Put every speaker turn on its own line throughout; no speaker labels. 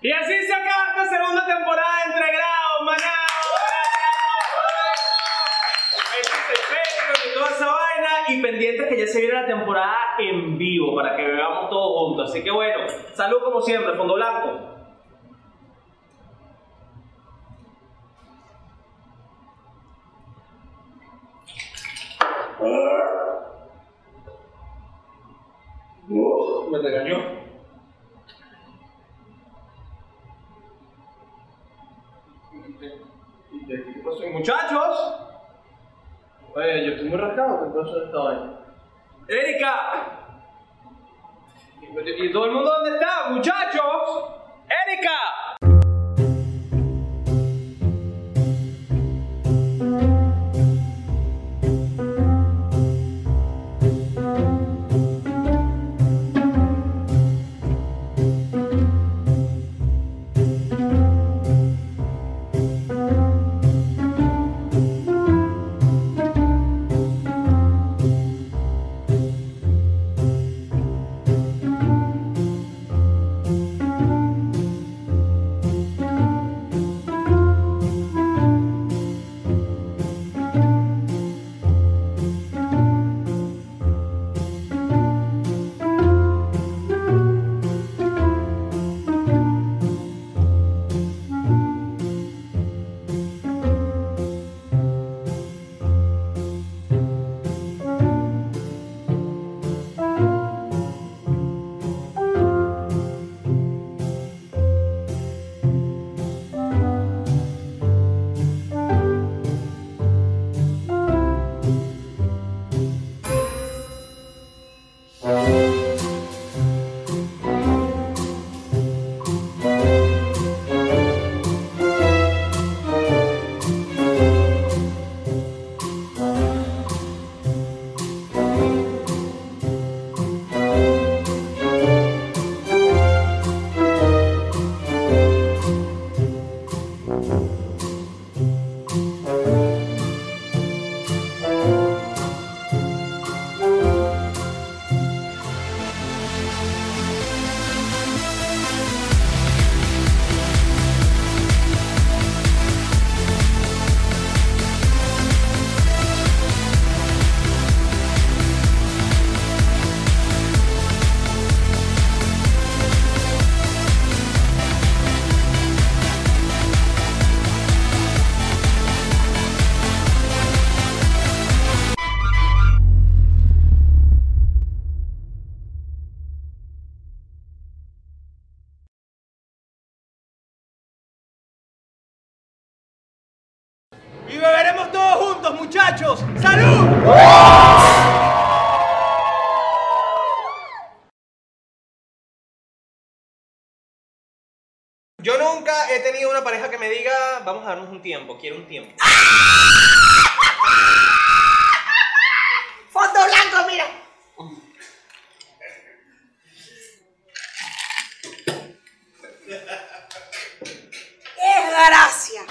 Y así se acaba esta segunda temporada de Entre Grados, Maná. y toda esa vaina y pendientes que ya se viene la temporada en vivo para que veamos todo juntos. Así que bueno, salud como siempre, fondo blanco. Ah. Me regañó. Muchachos.
Oye, yo estoy muy rascado, ¿qué pasó esta vaina?
Erika. ¿Y todo el mundo dónde está, muchachos? Erika.
Y beberemos todos juntos, muchachos. ¡Salud!
Yo nunca he tenido una pareja que me diga, vamos a darnos un tiempo, quiero un tiempo.
Fondo blanco, mira. Es gracia.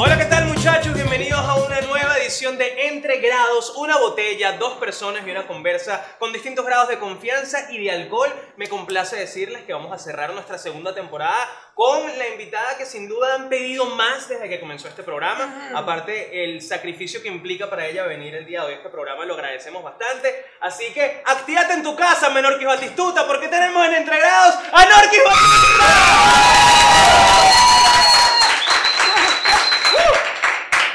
Hola, ¿qué tal muchachos? Bienvenidos a una nueva edición de Entre Grados, una botella, dos personas y una conversa con distintos grados de confianza y de alcohol. Me complace decirles que vamos a cerrar nuestra segunda temporada con la invitada que sin duda han pedido más desde que comenzó este programa. Aparte, el sacrificio que implica para ella venir el día de hoy a este programa lo agradecemos bastante. Así que, actívate en tu casa, Menorquis Batistuta, porque tenemos en Entre Grados a Norquis Batistuta.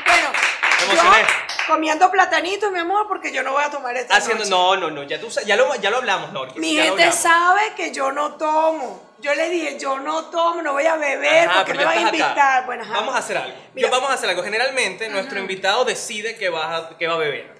Bueno,
Me
yo
emocioné.
comiendo platanitos, mi amor, porque yo no voy a tomar esta
Haciendo,
noche.
Ah, no, no, no, ya, tú, sa- ya, lo, ya lo hablamos, Norquis.
Mi
ya lo
gente
hablamos.
sabe que yo no tomo. Yo le dije, yo no tomo, no voy a beber
Ajá,
porque
pero ya
me van a
estás acá.
invitar. Bueno, ajá.
Vamos a hacer algo.
Mira.
Yo vamos a hacer algo. Generalmente nuestro invitado decide que va a, que va a beber.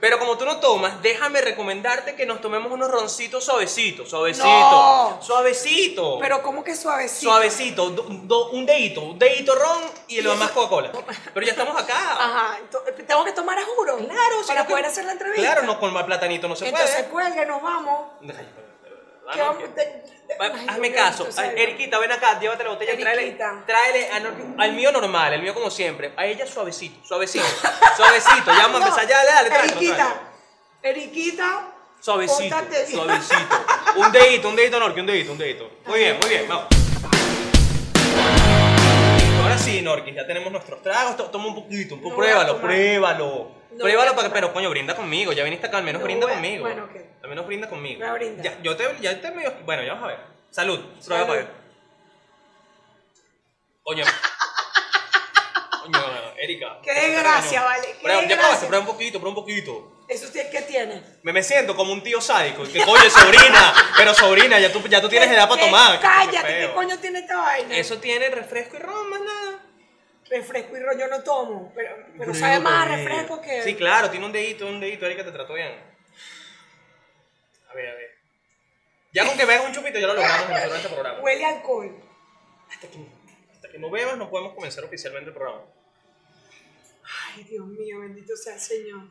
Pero como tú no tomas, déjame recomendarte que nos tomemos unos roncitos suavecitos, suavecito,
No.
suavecito.
Pero como que suavecito.
Suavecito, do- do- un dedito, un dedito ron y lo demás Coca-Cola. Pero ya estamos acá.
Ajá. ento- Tengo que tomar a juro.
Claro, si
Para
no-
poder hacer la entrevista.
Claro, no con más platanito no se
Entonces
puede.
cuelga, nos vamos.
Ay,
¿Qué
vamos,
vamos-
Ah, que-
te- te-
Va-
Ay,
Hazme
Dios mío,
caso.
entonces-
Ay, Eriquita, ven acá, llévate la botella, tráele,
Eriquita.
tráele a Nor- al mío normal, el mío como siempre. A ella suavecito, suavecito, suavecito. Ya vamos a
No,
empezar, ya dale, dale, tráelo,
Eriquita,
tráelo.
Eriquita,
Suavecito,
pórtate bien.
suavecito. Un dedito, un dedito, Norqui, un dedito, un dedito. Muy bien, muy bien, vamos. Ahora sí, Norqui, ya tenemos nuestros tragos. To- Toma un poquito, un poco.
No voy a
pruébalo,
tomar.
pruébalo.
No voy
pruébalo,
a
para que,
tomar.
pero coño, brinda conmigo. Ya viniste acá, al menos
No
brinda
voy a-
conmigo.
bueno, ok.
Al menos brinda conmigo.
Voy a brindar.
Ya, yo te, ya te medio. Bueno, ya vas a ver. Salud, prueba
Salud.
para ver. Coño. Coño, Erika.
Qué desgracia,
Coño.
vale, qué
Prueba- ya
desgracia.
probaste, prueba un poquito, prueba un poquito.
¿eso usted qué tiene?
Me, me siento como un tío sádico. Que coño, sobrina. pero sobrina, ya tú, ya tú tienes
¿Qué-
edad para
qué-
tomar.
Eh, Cállate,
feo.
¿qué coño tiene esta vaina?
Eso tiene refresco y ron, más nada.
Refresco y ron yo no tomo, pero, pero
Bruto,
sabe más a
mira.
refresco que...
Sí, claro, tiene un dedito, un dedito. Erika te trató bien. A ver, a ver. Ya con que veas un chupito ya lo logramos en este programa.
Huele a alcohol.
Hasta que, hasta que no bebas no podemos comenzar oficialmente el programa.
Ay, Dios mío, bendito sea el Señor.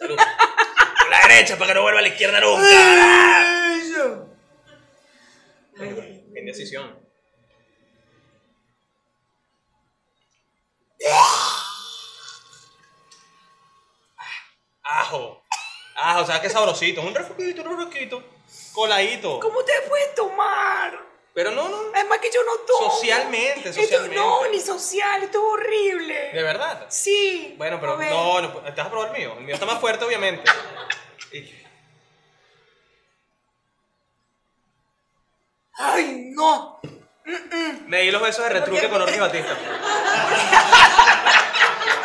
Salud. Con la derecha para que no vuelva a la izquierda nunca.
Eso. Ay, ay.
Qué indecisión. Ajo. Ajo, o sea, qué sabrosito. Un refresquito, un refresquito. Coladito.
¿Cómo ustedes pueden tomar?
Pero no, no.
Es más que yo no tomo.
Socialmente,
Esto-
socialmente.
no, ni social, esto es horrible.
De verdad.
Sí.
Bueno,
A
pero
ver.
no, no, te vas a probar el mío. El mío está más fuerte, obviamente. Y-
Ay, no.
Me di los besos de retruque con Orgi Batista.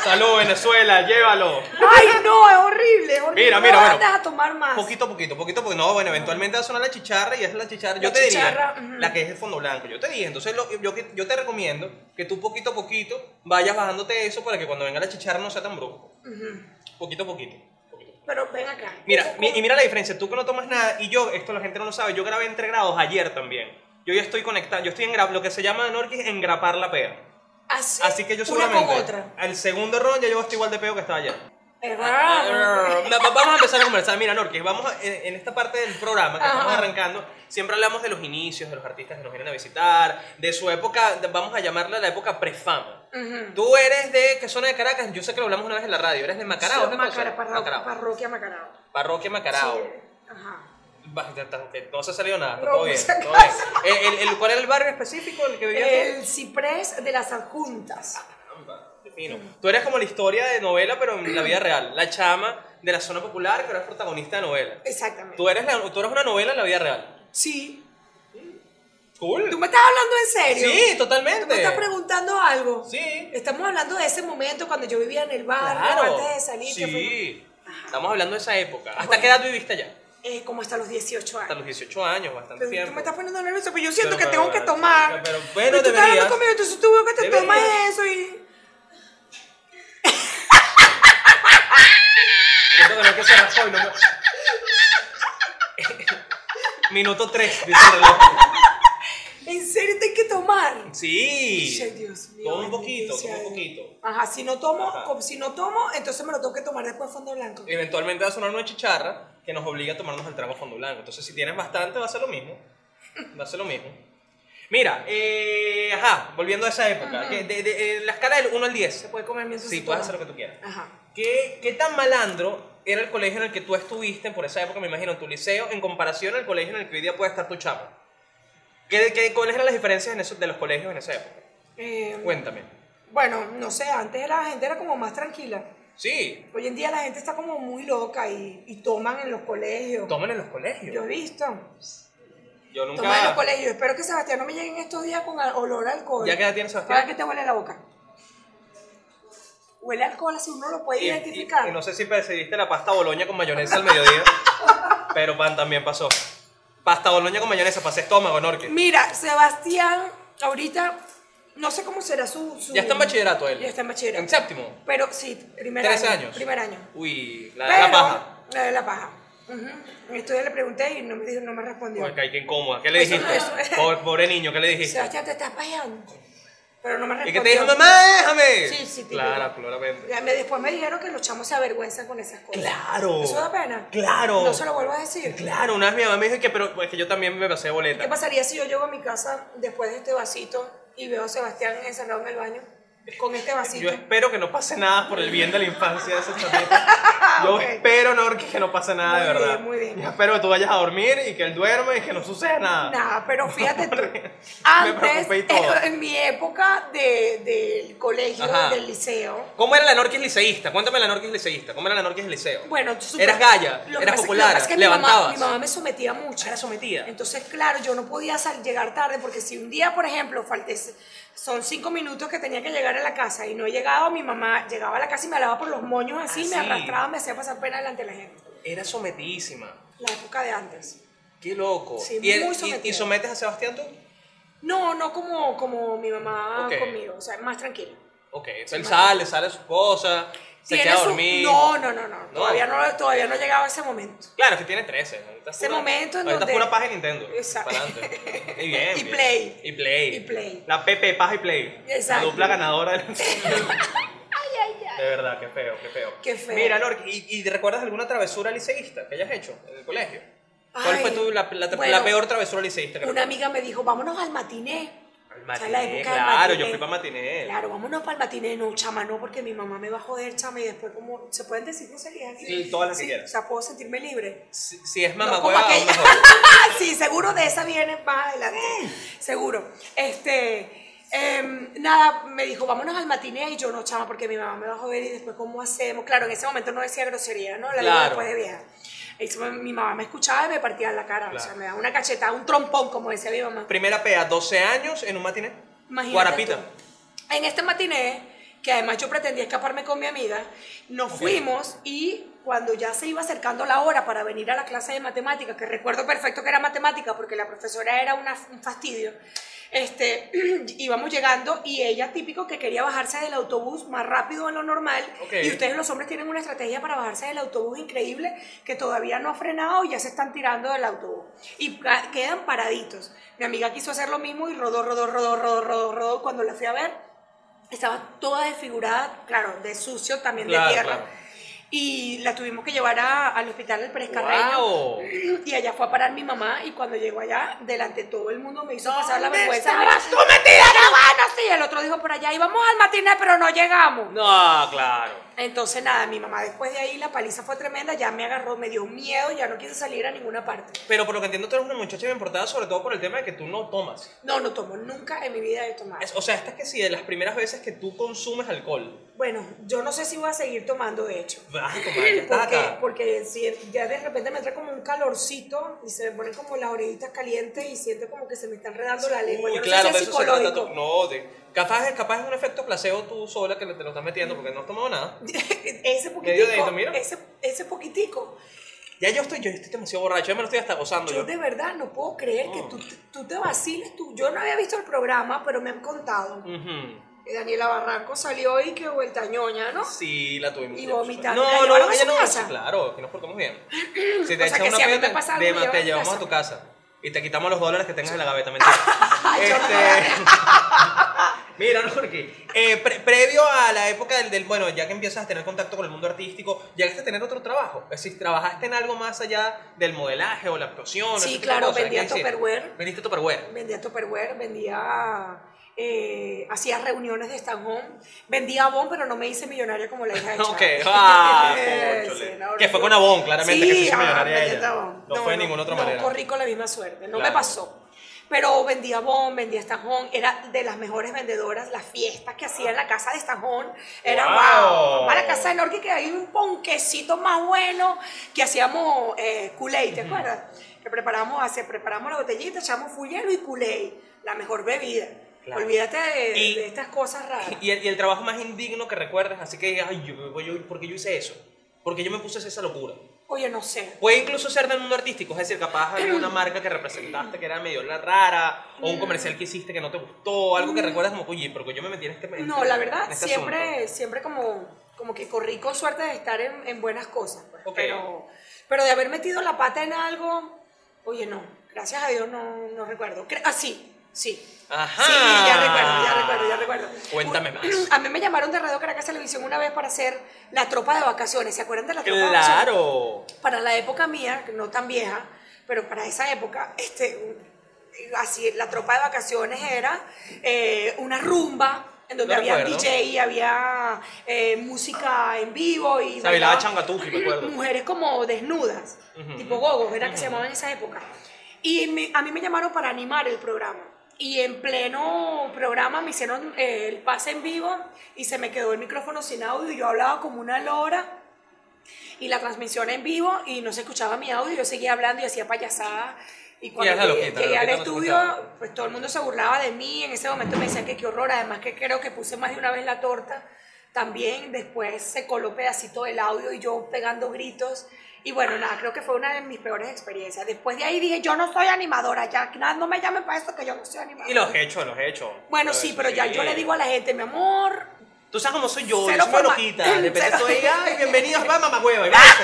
Salud, Venezuela, llévalo.
Ay, no, es horrible, es horrible.
Mira,
No
mira, bueno.
andas a tomar más.
Poquito a poquito, poquito, porque no, bueno, eventualmente va a sonar la chicharra y es la chicharra. Yo
La
te
chicharra,
diría,
ujú.
la que es el fondo blanco, yo te dije. Entonces, lo- yo, que- yo te recomiendo que tú poquito a poquito vayas bajándote eso para que cuando venga la chicharra no sea tan brusco. Poquito a poquito. poquito.
Pero ven acá.
Mira, mi- y mira la diferencia, tú que no tomas nada y yo, esto la gente no lo sabe, yo grabé entre grados ayer también. Yo ya estoy conectado, yo estoy en gra- lo que se llama en Orquis engrapar la pea.
Así,
Así que yo
una
solamente Ah,
con otra.
al segundo ron ya yo estoy igual de peo que estaba ayer.
Errar.
Va- va- Vamos a empezar a conversar. Mira, Norquis, vamos a- en, en esta parte del programa que estamos
Ajá.
arrancando. Siempre hablamos de los inicios, de los artistas que nos vienen a visitar, de su época, de- vamos a llamarla la época prefama.
Ujú.
Tú eres de qué zona de Caracas? Yo sé que lo hablamos una vez en la radio. Eres de Macarao,
Sí,
¿es la
Macara,
cosa?
parro-
Macarao.
Parroquia Macarao.
Parroquia Macarao.
Sí, Ajá.
Va, ya está, ok, No se ha salido nada, está
No,
todo
por
bien.
si
todo
acaso.
bien. El- el- el- ¿Cuál era el barrio específico en el que vivías? tú?
El ciprés de las adjuntas.
Caramba, qué fino. Tú eres como la historia de novela, pero en la vida real. La chama de la zona popular, que ahora es protagonista de novela.
Exactamente.
Tú eres, la- tú eres una novela en la vida real.
Sí.
Cool.
¿Tú me estás hablando en serio?
Sí,
¿Tú me
totalmente.
estás preguntando algo?
Sí.
Estamos hablando de ese momento cuando yo vivía en el barrio,
Claro.
Ah, antes de salir. que fue-
Sí. Estamos hablando de esa época. ¿Hasta
Bueno.
qué edad viviste allá?
Eh, como hasta los 18
Hasta
años.
los 18 años, bastante
Pero
tiempo.
Tú me estás poniendo nervioso, pero yo siento
Pero,
que
pero,
tengo que
pero,
tomar.
pero,
Y
bueno,
tú estás
deberías.
hablando conmigo, entonces tú que te
Deberías.
tomas eso y...
Siento que no hay que cerrar hoy, no me- Minuto 3, dice el reloj.
¿En serio te hay que tomar?
Sí.
Ay, Dios mío.
Toma un
bendito
poquito,
sea
toma un
Dios.
poquito.
Ajá, si no tomo,
Ajá. Eh,
como- si no tomo, entonces me lo tengo que tomar después fondo blanco.
Eventualmente va a sonar una chicharra que nos obliga a tomarnos el trago fondo blanco. Entonces, si tienes bastante, va a ser lo mismo. Va a ser lo mismo. Mira, eh, ajá, volviendo a esa época. que de, de- eh, la escala del 1 al 10.
Se puede comer mientras
Sí,
se
puedes
toma.
hacer lo que tú quieras.
Ajá.
¿Qué, ¿Qué tan malandro era el colegio en el que tú estuviste por esa época, me imagino, en tu liceo, en comparación al colegio en el que hoy día puede estar tu chapa? ¿Qué, qué, ¿Cuáles eran las diferencias en eso, de los colegios en esa época?
Eh,
Cuéntame.
bueno, no sé, antes la gente era como más tranquila.
Sí,
Hoy en día la gente está como muy loca y, y toman en los colegios.
tomen en los colegios.
Yo he visto.
Yo nunca.
Toman en los colegios. Espero que Sebastián no me llegue en estos días con al- olor a alcohol.
¿Ya qué edad tiene Sebastián?
Ahora que te huele la boca. Huele a alcohol, así uno lo puede
Y- y-
identificar.
y no sé si percibiste la pasta boloña con mayonesa al mediodía, pero pan también pasó. Pasta boloña con mayonesa, pasé estómago, Norque.
Mira, Sebastián, ahorita, no sé cómo será su... su-
Ya está en bachillerato él.
Ya está en bachillerato.
En séptimo.
Pero sí, primer
¿Tres
año.
años?
Primer año.
Uy, la,
Pero-
la paja.
La de la paja. Ujú. Esto ya le pregunté y no me, dijo, no me respondió.
Uy, que hay que incómoda. ¿Qué le
Eso-
dijiste?
eso-
Pobre, pobre niño, ¿qué le dijiste?
Sebastián, te estás pajeando. Pero no me
¿Y
respondió.
que te dijo, mamá, déjame?
Sí, sí, te
Claro,
digo.
claramente.
Ya me- después me dijeron que los chamos se avergüenzan con esas cosas.
Claro.
Eso da pena.
Claro.
No se lo vuelvo a decir.
Claro, una vez mi mamá me dijo que, pero es que yo también me pasé boleta.
¿Qué pasaría si yo llego a mi casa después de este vasito y veo a Sebastián encerrado en el baño? con este
Yo
vasito.
espero que no pase nada por el bien de la infancia de esa chamita. Yo
Ok.
espero, Norquis, que no pase nada, de
Muy bien,
verdad.
muy bien.
Yo espero que tú vayas a dormir y que él duerma y que no suceda nada.
Nada, pero fíjate tú.
Me
Antes,
preocupé y todo.
en mi época de- del colegio,
Ajá.
del liceo,
¿Cómo era la Norquis liceísta? Cuéntame la Norquis liceísta. ¿Cómo era la Norquis liceo?
bueno, tú
Eras galla,
Lo que
eras
pasa- lo
popular,
que pasa es que mi mamá-
levantabas.
Mi mamá me sometía mucho.
Era sometida.
Entonces, claro, yo no podía sal- llegar tarde porque si un día, por ejemplo, falté, son cinco minutos que tenía que llegar a la casa y no llegaba, mi mamá llegaba a la casa y me alaba por los moños así,
Ah,
me
sí.
arrastraba, me hacía pasar pena delante de la gente.
Era sometidísima.
La época de antes.
Qué loco.
Sí,
¿Y,
muy
y-
sometida.
y sometes a Sebastián tú?
No, no como, como mi mamá
Ok.
conmigo, o sea, más tranquila.
Ok, entonces él sale, sale a su esposa, se
Tiene
queda a
su-
dormir.
No, no, no, no, Todavía no, todavía no llegaba ese momento.
Claro, es que tiene 13. Ahorita es
Ese
pura-
momento en
ahorita
donde-
es pura paja de Nintendo.
Exacto.
Para adelante. Y bien.
Y
bien.
Play.
Y Play.
Y Play.
La Pepe Paja y Play.
Exacto.
La dupla ganadora del. De verdad, qué feo, qué feo.
Qué feo.
Mira, Lork, ¿y, y recuerdas alguna travesura liceísta que hayas hecho en el colegio? ¿Cuál
Ay,
fue tu, la, la- la
bueno,
peor travesura liceísta que
Una
recuerdas?
amiga me dijo, vámonos al matiné.
Al
O sea,
matiné,
la época del
claro,
matiné.
yo fui para matiné.
Claro, vámonos para el matiné, no, chama, no, porque mi mamá me va a joder, chama, y después como, ¿se pueden decir groserías aquí?
Sí, todas las que quieras.
O sea, ¿puedo sentirme libre?
Si, si es
No,
mamá
como
aún
aquella.
mejor.
sí, seguro de esa viene más adelante,
Eh.
seguro. Este, em, nada, me dijo, vámonos al matiné, y yo, no, chama, porque mi mamá me va a joder, y después, ¿cómo hacemos? Claro, en ese momento no decía grosería, ¿no? La digo
Claro.
después de vieja. Y eso, mi mamá me escuchaba y me partía la cara, o sea,
Claro.
me daba una cachetada, un trompón, como decía mi mamá.
Primera pea, 12 años en un matiné.
Imagínate
Guarapita.
tú. En este matiné, que además yo pretendía escaparme con mi amiga, nos fuimos y cuando ya se iba acercando la hora para venir a la clase de matemáticas, que recuerdo perfecto que era matemática porque la profesora era una- un fastidio, este, íbamos llegando y ella típico que quería bajarse del autobús más rápido de lo normal
Ok.
y ustedes los hombres tienen una estrategia para bajarse del autobús increíble que todavía no ha frenado y ya se están tirando del autobús y ca- quedan paraditos. Mi amiga quiso hacer lo mismo y rodó, rodó, rodó, rodó, rodó, rodó. Cuando la fui a ver, estaba toda desfigurada, claro, de sucio, también
Claro,
de tierra.
claro.
Y la tuvimos que llevar a- al hospital del Pérez Carreño.
¡Wow!
Y allá fue a parar mi mamá y cuando llegó allá, delante de todo el mundo me hizo pasar la
¿Dónde
vergüenza.
estabas
tú metida! ¡No, bueno, sí! El otro dijo por allá, íbamos al matiné, pero no llegamos.
No, claro.
Entonces, nada, mi mamá después de ahí, la paliza fue tremenda, ya me agarró, me dio miedo, ya no quise salir a ninguna parte.
Pero por lo que entiendo, tú eres una muchacha bien portada, sobre todo por el tema de que tú no tomas.
No, no tomo nunca en mi vida de tomar.
Es- o sea, esta es que sí, de las primeras veces que tú consumes alcohol.
Bueno, yo no sé si voy a seguir tomando, de hecho.
Vas a tomar, ya estás
Porque,
acá.
porque si ya de repente me entra como un calorcito y se me ponen como las orejitas calientes y siento como que se me está enredando la lengua.
Uy,
Yo no sé
claro,
si
de
es
eso se trata
psicológico.
tu- No, de- capaz, capaz es un efecto placebo tú sola que le- te lo estás metiendo porque no has tomado nada.
ese
Medio dedito,
poquitico,
mira.
ese, ese poquitico,
Ya yo estoy, yo estoy demasiado borracho, ya me lo estoy hasta gozando
yo
yo.
de verdad no puedo creer que tú, te- tú te vaciles tú. Yo no había visto el programa, pero me han contado
Ujú.
que Daniela Barranco salió y que vuelta ñoña, ¿no?
Sí, la tuvimos.
Y
ya, por
vomitando,
supuesto.
¿la
No,
llevaron
no,
a
ella
su
no.
casa?
sí, claro, que nos portamos bien. Si te
O sea,
echas
que
una
si a mí me
pena,
pasa algo,
de-
me llevan
te
a mi
llevamos a
casa.
tu casa y te quitamos los dólares que tengas en la gaveta, mentira. Este, Mira, no, porque eh, pre- previo a la época del, del- bueno, ya que empiezas a tener contacto con el mundo artístico, llegaste a tener otro trabajo. Es decir, trabajaste en algo más allá del modelaje o la actuación.
Sí,
ese tipo de
claro,
cosas,
vendía
¿qué decir?
Tupperware.
Vendiste Tupperware.
Vendía Tupperware, vendía. eh, hacía reuniones de stand home, vendía Avon, pero no me hice millonaria como la hija de Chávez.
Ok, ah,
Eh,
cónchale.
sí, no,
Que
no,
fue
no.
con Avon, claramente,
Sí,
que se hizo
ah,
millonaria
vendía
ella.
Avon.
No fue de ninguna otra manera.
No corrí con la misma suerte, no me
Claro.
pasó. Pero vendía Avon, vendía Stajón, era de las mejores vendedoras, las fiestas que hacía en la casa de Stajón, era
Wow.
wow. Para la casa de Norqui que hay un ponquecito más bueno que hacíamos eh, Kool-Aid, ¿te acuerdas? Que preparamos, hace, preparamos la botellita, echamos fullero y Kool-Aid, la mejor bebida.
Claro.
Olvídate de,
Y-
de estas cosas raras.
Y el, y el trabajo más indigno que recuerdes, así que digas, ay, yo, yo, ¿por qué yo hice eso? Porque yo me puse a hacer esa locura.
Oye, no sé.
Puede incluso ser del mundo artístico, es decir, capaz alguna marca que representaste que era medio la rara, o un comercial que hiciste que no te gustó, algo que recuerdas como, oye, porque yo me metí en este
Mm. No, la verdad,
en este
siempre,
asunto".
siempre como, como que corrí con suerte de estar en, en buenas cosas. pues,
Ok.
Pero, pero de haber metido la pata en algo, oye, no, gracias a Dios no, no recuerdo. Cre- ah, sí, sí.
Ajá.
Sí, ya recuerdo, ya recuerdo, ya recuerdo.
Cuéntame
Un-
más.
A mí me llamaron de Radio Caracas Televisión una vez para hacer la tropa de vacaciones. ¿Se acuerdan de la tropa de vacaciones?
Claro.
para la época mía, que no tan vieja, pero para esa época, este, un- así, la tropa de vacaciones era eh, una rumba, en donde
Lo
había
recuerdo.
DJ, había eh, música en vivo y
Se bailaba
bailaban
changatuki, me acuerdo.
mujeres como desnudas,
Ujú.
tipo gogos, era que se llamaban en esa época. Y me- a mí me llamaron para animar el programa. Y en pleno programa me hicieron eh, el pase en vivo y se me quedó el micrófono sin audio y yo hablaba como una lora y la transmisión en vivo y no se escuchaba mi audio, yo seguía hablando y hacía payasadas. Y cuando
es la
llegué-
loquita, la
llegué al
loquita no se
estudio,
escuchaba.
pues todo el mundo se burlaba de mí, en ese momento me decían que qué horror, además que creo que puse más de una vez la torta, también después se coló pedacito del audio y yo pegando gritos. Y bueno, nada, creo que fue una de mis peores experiencias. Después de ahí dije, yo no soy animadora, ya, nada, no me llamen para esto que yo no soy animadora.
Y los hechos, los hechos.
bueno, sí, pero ya yo le digo a la gente, mi amor,
Tú sabes cómo soy yo, yo
Cero
soy una
forma-
loquita. De repente
Cero-
soy, ay, bienvenidos, va mamá hueva. y va, eso.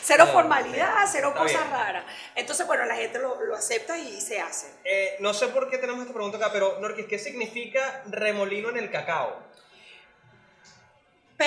cero
Claro,
formalidad, cero
está
cosas
bien.
raras. Entonces, bueno, la gente lo, lo acepta y se hace.
Eh, no sé por qué tenemos esta pregunta acá, pero Norquis, ¿qué significa remolino en el cacao?
Pe-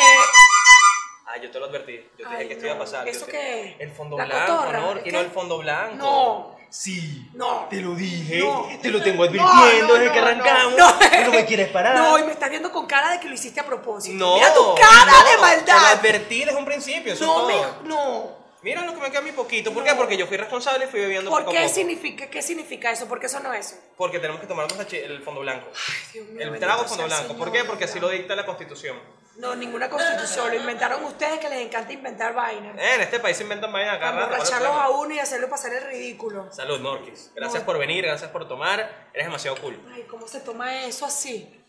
Ah, yo te lo advertí. Yo te
Ay,
dije que esto iba a
no.
pasar. yo
¿Eso
te-
qué?
El fondo
¿La
blanco,
cotorra?
Norquis,
¿Qué?
no el fondo blanco.
No.
Sí.
No.
Te lo dije.
No.
Te lo tengo
No,
advirtiendo
no,
desde que
no,
arrancamos.
no.
Tú no me quieres parar.
No, y me estás viendo con cara de que lo hiciste a propósito.
Ah. No,
Mira tu cara
no,
de
Te lo
maldad.
advertí desde un principio. Eso
No,
es todo.
me, no.
Mira lo que me queda a mí poquito. ¿Por
No.
qué? Porque yo fui responsable y fui bebiendo
¿Por
poco a
qué
poco.
significa, qué significa eso? ¿Por qué eso no es eso?
Porque tenemos que tomarnos la chi- el fondo blanco.
Dios mío,
El
bendito
trago
sea
fondo
el
blanco. ¿Por
Señor,
qué? Porque así
bendito.
lo dicta la constitución.
No, ninguna constitución. Lo inventaron ustedes que les encanta inventar vainas.
Eh, en este país se inventan vainas acá.
Para
raras, raras,
emborracharlos
raras.
a uno y hacerlo pasar el ridículo.
Salud, Norquis. Gracias
No.
por venir, gracias por tomar. Eres demasiado cool.
Ay, ¿cómo se toma eso así?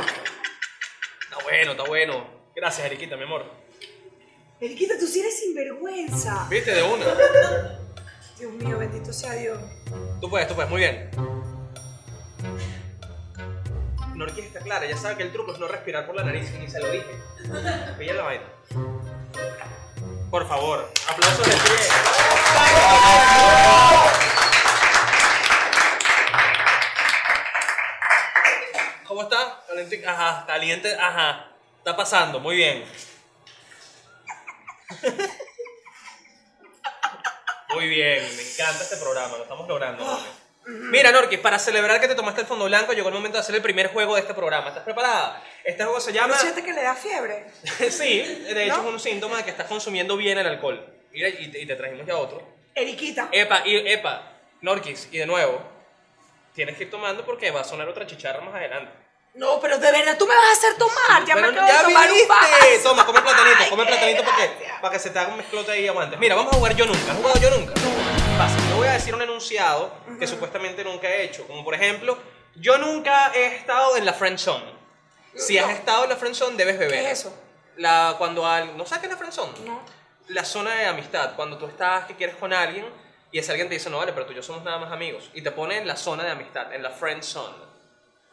Está bueno, está bueno. Gracias, Eriquita, mi amor.
Eriquita, tú sí eres sinvergüenza.
Viste de una.
Dios mío, bendito sea Dios.
Tú puedes, tú puedes, muy bien. Norquis está clara, ya sabe que el truco es no respirar por la nariz y se lo dije. Pilla la vaina. Por favor, aplausos de pie. ¿Cómo está? Caliente, ajá, caliente, ajá. Está pasando, muy bien. Muy bien, me encanta este programa, lo estamos logrando. Norquis. Mira, Norquis, para celebrar que te tomaste el fondo blanco, llegó el momento de hacer el primer juego de este programa. ¿Estás preparada? Este juego se
¿No
llama...
sientes que le da fiebre?
Sí, de hecho
¿No?
es un síntoma de que estás consumiendo bien el alcohol. Mira, y te, y te trajimos ya otro.
Eriquita.
Epa, y, epa, Norquis, y de nuevo, tienes que ir tomando porque va a sonar otra chicharra más adelante.
No, pero de verdad tú me vas a hacer tomar. Ya me
Pero
acabo
ya
de tomar
viniste.
un vaso.
Toma, come el platanito, come el
Ay,
platanito para que,
gracias.
para que se te haga un mezclote ahí y aguantes. Mira, vamos a jugar yo nunca. ¿Has jugado yo nunca? Pasa, yo voy a decir un enunciado que supuestamente nunca he hecho. Como por ejemplo, yo nunca he estado en la friend zone. Si has
No.
estado en la friend zone, debes beber.
¿Qué es eso?
La, cuando al, ¿No sabes qué es la friend zone?
No.
la zona de amistad, cuando tú estás que quieres con alguien y ese alguien te dice, no vale, pero tú y yo somos nada más amigos, y te pone en la zona de amistad, en la friend zone.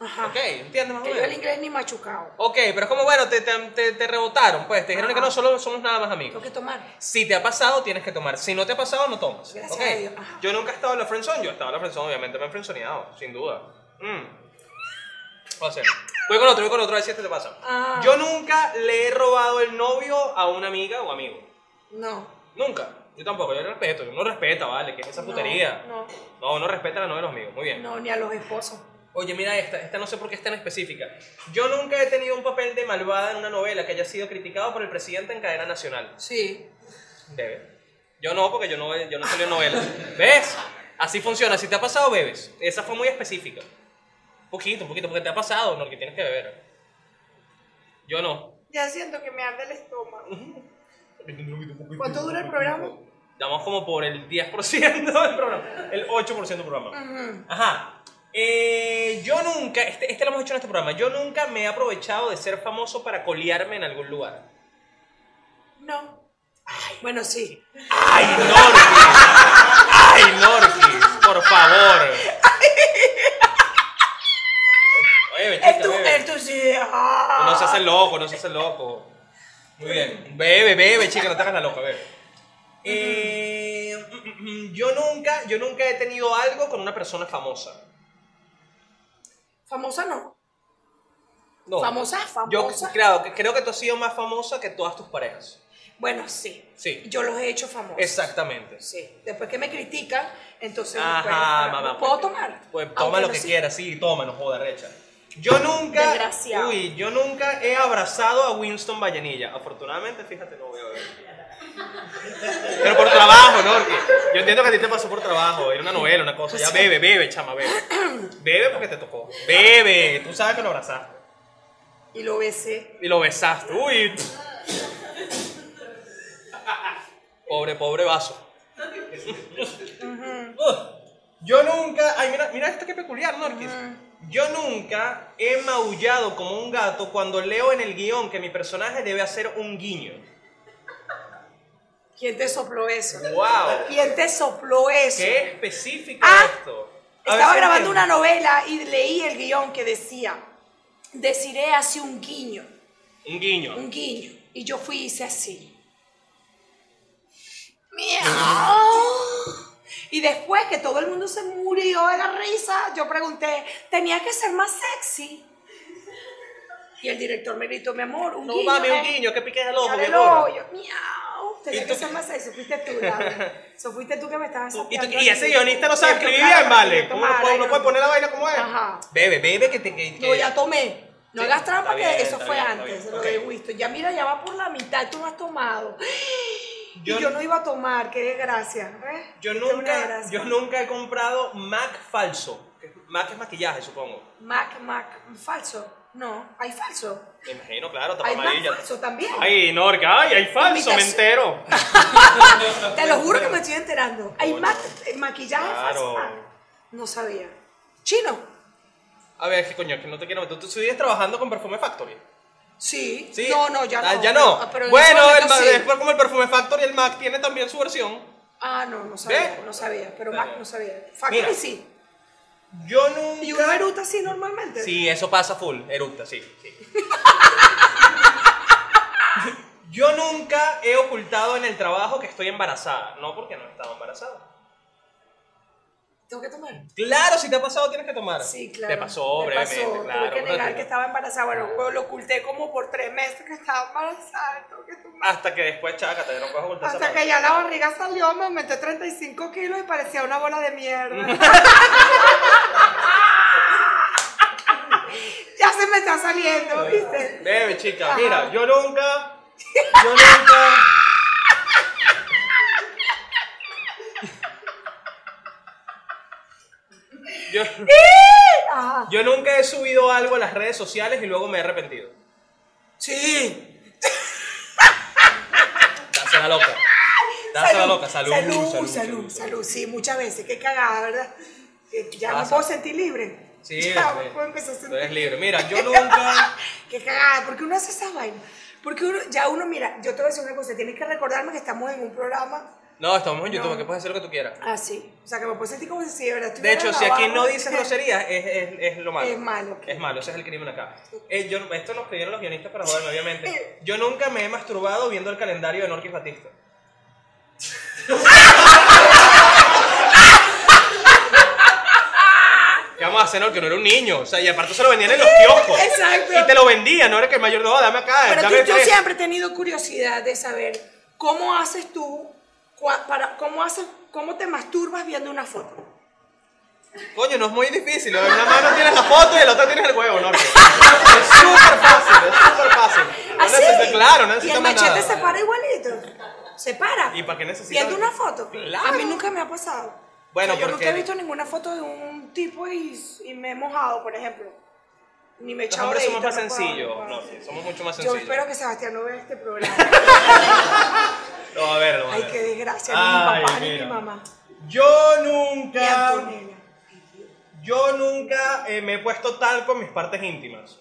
Ajá.
¿Ok? ¿Entiendes más o
Ah, Que yo el
menos?
inglés ni machucado.
Ok, pero es como, bueno, te, te, te- te rebotaron, pues, te dijeron
Ajá.
que no, solo somos nada más
Tengo
amigos.
que tomar.
Si te ha pasado, tienes que tomar. Si no te ha pasado, no tomas.
Gracias
¿ok?
a Dios, ajá.
Yo nunca he estado en la friend zone, yo he estado en la friend zone, obviamente me han friendzoneado, sin duda. Mm. Voy a hacer. Voy con otro, voy con otro, a ver si este te pasa.
Ah.
Yo nunca le he robado el novio a una amiga o amigo.
No.
Nunca. Yo tampoco, yo respeto. Yo no respeta, ¿vale? ¿Qué es esa
No,
putería?
No,
No, uno respeta a la novia de los amigos. Muy bien.
no, ni a los esposos.
Oye, mira esta. Esta no sé por qué es tan específica. Yo nunca he tenido un papel de malvada en una novela que haya sido criticado por el presidente en cadena nacional.
Sí.
Debe. Yo no, porque yo no, yo no salí en novelas. ¿Ves? Así funciona. Si te ha pasado, bebes. Esa fue muy específica. Un poquito, un poquito, porque te ha pasado, no, que tienes que beber. Yo no.
Ya siento que me arde el estómago. ¿Cuánto dura el programa?
Estamos como por el 10% del programa. El 8% del programa.
Ujú.
Ajá. Eh, yo nunca, este, este lo hemos hecho en este programa, yo nunca me he aprovechado de ser famoso para colearme en algún lugar.
No. Bueno, sí.
¡Ay, Norquis! ¡Ay, Norquis! Por favor. Oye, bechita,
El tu,
bebe.
el tu sí. Ah.
No se hace loco, no se hace loco. Muy bien. Bebe, bebe, chica, no te hagas la loca, bebe. Eh, mm, mm, mm, yo nunca, yo nunca he tenido algo con una persona famosa.
Famosa no.
No.
Famosa, famosa.
Yo creo, creo que tú has sido más famosa que todas tus parejas.
Bueno, sí.
Sí.
Yo los he hecho famosos.
Exactamente.
Sí. Después que me critican, entonces
Ajá,
bueno,
mamá.
puedo tomar.
Pues toma
Aunque
lo
no
que
sea-
quieras, sí, toma, no joda, recha. Yo nunca.
Desgraciado.
Uy, yo nunca he abrazado a Winston Vallanilla. Afortunadamente, fíjate, no voy a ver. Pero por trabajo, ¿no? Porque yo entiendo que a ti te pasó por trabajo, era una novela, una cosa.
Pues
Ya bebe, bebe, chama, bebe. Bebe porque te tocó. Bebe, tú sabes que lo abrazaste.
Y lo besé.
Y lo besaste. Uy. Pobre, pobre vaso. Ugh. Yo nunca. Ay, mira, mira esto que peculiar, Norquis. Yo nunca he maullado como un gato cuando leo en el guión que mi personaje debe hacer un guiño.
¿Quién te sopló eso?
¡Wow!
¿Quién te sopló eso?
¡Qué específico
Ah,
esto! A ver
Estaba
si
grabando una
entiendo.
novela y leí el guión que decía, Desiree hace un guiño,
Un guiño.
un guiño. Y yo fui y hice así. ¡Miau! Y después que todo el mundo se murió de la risa, yo pregunté, ¿tenía que ser más sexy? Y el director me gritó, mi amor, un
No
guiño.
mames, un
eh".
guiño, que piques el ojo,
Abre
mi
el
amor.
ojo, yo, miau. Tenía
¿Y
que
tú
ser
qué?
más sexy, eso fuiste tú, Laura. Eso fuiste tú que me estabas
Tú- Y, tú-
sapeando
y ese
así.
guionista no sabe
Cierto,
escribir
claro,
bien, vale.
porque
¿Cómo no
tomara,
puede, no
yo-
puede poner la vaina como es?
Ajá.
Bebe, bebe, que te. Que,
No,
que-
ya tomé. No
Sí.
hagas trampa,
Está
que
bien,
eso
está
fue
bien, está
antes,
bien.
lo
Ok.
de Winston. Ya mira, ya va por la mitad, tú no has tomado. Y
Yo-
Yo, no iba a tomar, qué desgracia. ¿eh?
Yo
Qué una
nunca,
desgracia.
yo nunca he comprado Mac falso. que Mac es maquillaje, supongo.
Mac, Mac, falso. No, hay falso.
Me imagino, claro, tapa
Hay Mac
amarilla.
falso también.
Ay, Norca, ay, hay falso, me
Imitación.
entero.
Te lo juro que me estoy enterando. Hay Mac, eh, maquillaje falso.
Claro.
Ah, No sabía. Chino.
A ver, es que coño, que no te quiero meter. Tú sigues trabajando con Perfume Factory.
Sí.
Sí.
No, no, ya
Ah,
no.
Ya no.
Ah, pero en
bueno,
ese
el
momento
Ma-
sí.
es por- como el Perfume Factory, el Mac tiene también su versión.
Ah, no, no sabía,
¿Ves?
no sabía. Pero
Claro.
Mac no sabía. Factory
Mira.
sí.
Yo
Y uno
nunca.
eruta así normalmente.
Sí, eso pasa full, eructa, sí. sí. Yo nunca he ocultado en el trabajo que estoy embarazada. No porque no estaba embarazada.
Tengo que tomar.
Claro, si te ha pasado tienes que tomar.
Sí, claro.
Te pasó
Me
brevemente,
pasó.
claro.
Tuve que negar que
Bueno,
estaba embarazada. Bueno, pues, lo oculté como por tres meses que estaba embarazada. Tengo que tomar.
Hasta que después chácate, Ah, no puedes ocultar
Hasta que ya la barriga salió, me aumenté 35 kilos y parecía una bola de mierda.
Mm.
ya se me está saliendo, ¿viste?
Bebe, chica,
Ajá.
mira, yo nunca. Yo nunca. Yo,
Ajá.
yo nunca he subido algo a las redes sociales y luego me he arrepentido.
Sí.
Dásela loca. Dásela loca. Salud,
salud, salud, salud, salud. Sí, muchas veces. Qué cagada, ¿verdad? Que Ya me
Pasa.
puedo sentir libre.
Sí,
ya me
bebé.
puedo empezar a
Tú
sentir
eres libre. Mira, yo nunca.
Qué cagada, porque uno hace esa vaina. Porque uno, ya uno, mira, yo te voy a decir una cosa, tienes que recordarme que estamos en un programa
No, estamos en YouTube,
No.
que puedes hacer lo que tú quieras.
así. O sea, que me puedo sentir como si de verdad
De
estuviera
hecho,
en
si
la
aquí
barra.
no dices groserías, es, es- es lo malo.
Es malo.
Es malo, ese es el crimen acá. Eh, yo- esto lo escribieron los guionistas para joderme, obviamente. Yo nunca me he masturbado viendo el calendario de Norquis Batista. ¿Qué vamos a hacer, Norquis? No era un niño. O sea, y aparte se lo vendían en los kioscos.
Exacto.
Y te lo vendían, no era que el mayor, no, dame acá,
Pero tú-
dame
yo
tres.
siempre he tenido curiosidad de saber cómo haces tú, cua- para, cómo, haces, cómo te masturbas viendo una foto.
Coño, no es muy difícil. En una mano tienes la foto y en la otra tienes el huevo, Norquis. Es súper fácil, es súper fácil. No
Así.
necesitas- claro, no
¿Ah, y el
necesitamos
machete
nada.
se para igualito. Se para.
¿Y para qué necesitas?
Viendo una foto.
Claro.
A mí nunca me ha pasado.
Bueno,
O sea, yo
porque-
nunca he visto ninguna foto de un tipo y, y me he mojado, por ejemplo. Ni me he
Los
echado
hombres somos más
dedito, no puedo,
sencillos,
no puedo.
no, sí, somos mucho más
Yo
sencillos.
espero que Sebastián no vea este programa.
Lo va a ver, lo va a
Ay,
ver.
qué desgracia.
Ay,
ni mi papá ni
mira.
mi mamá.
Yo
Ni
nunca,
Antonella.
yo nunca eh, me he puesto talco en mis partes íntimas.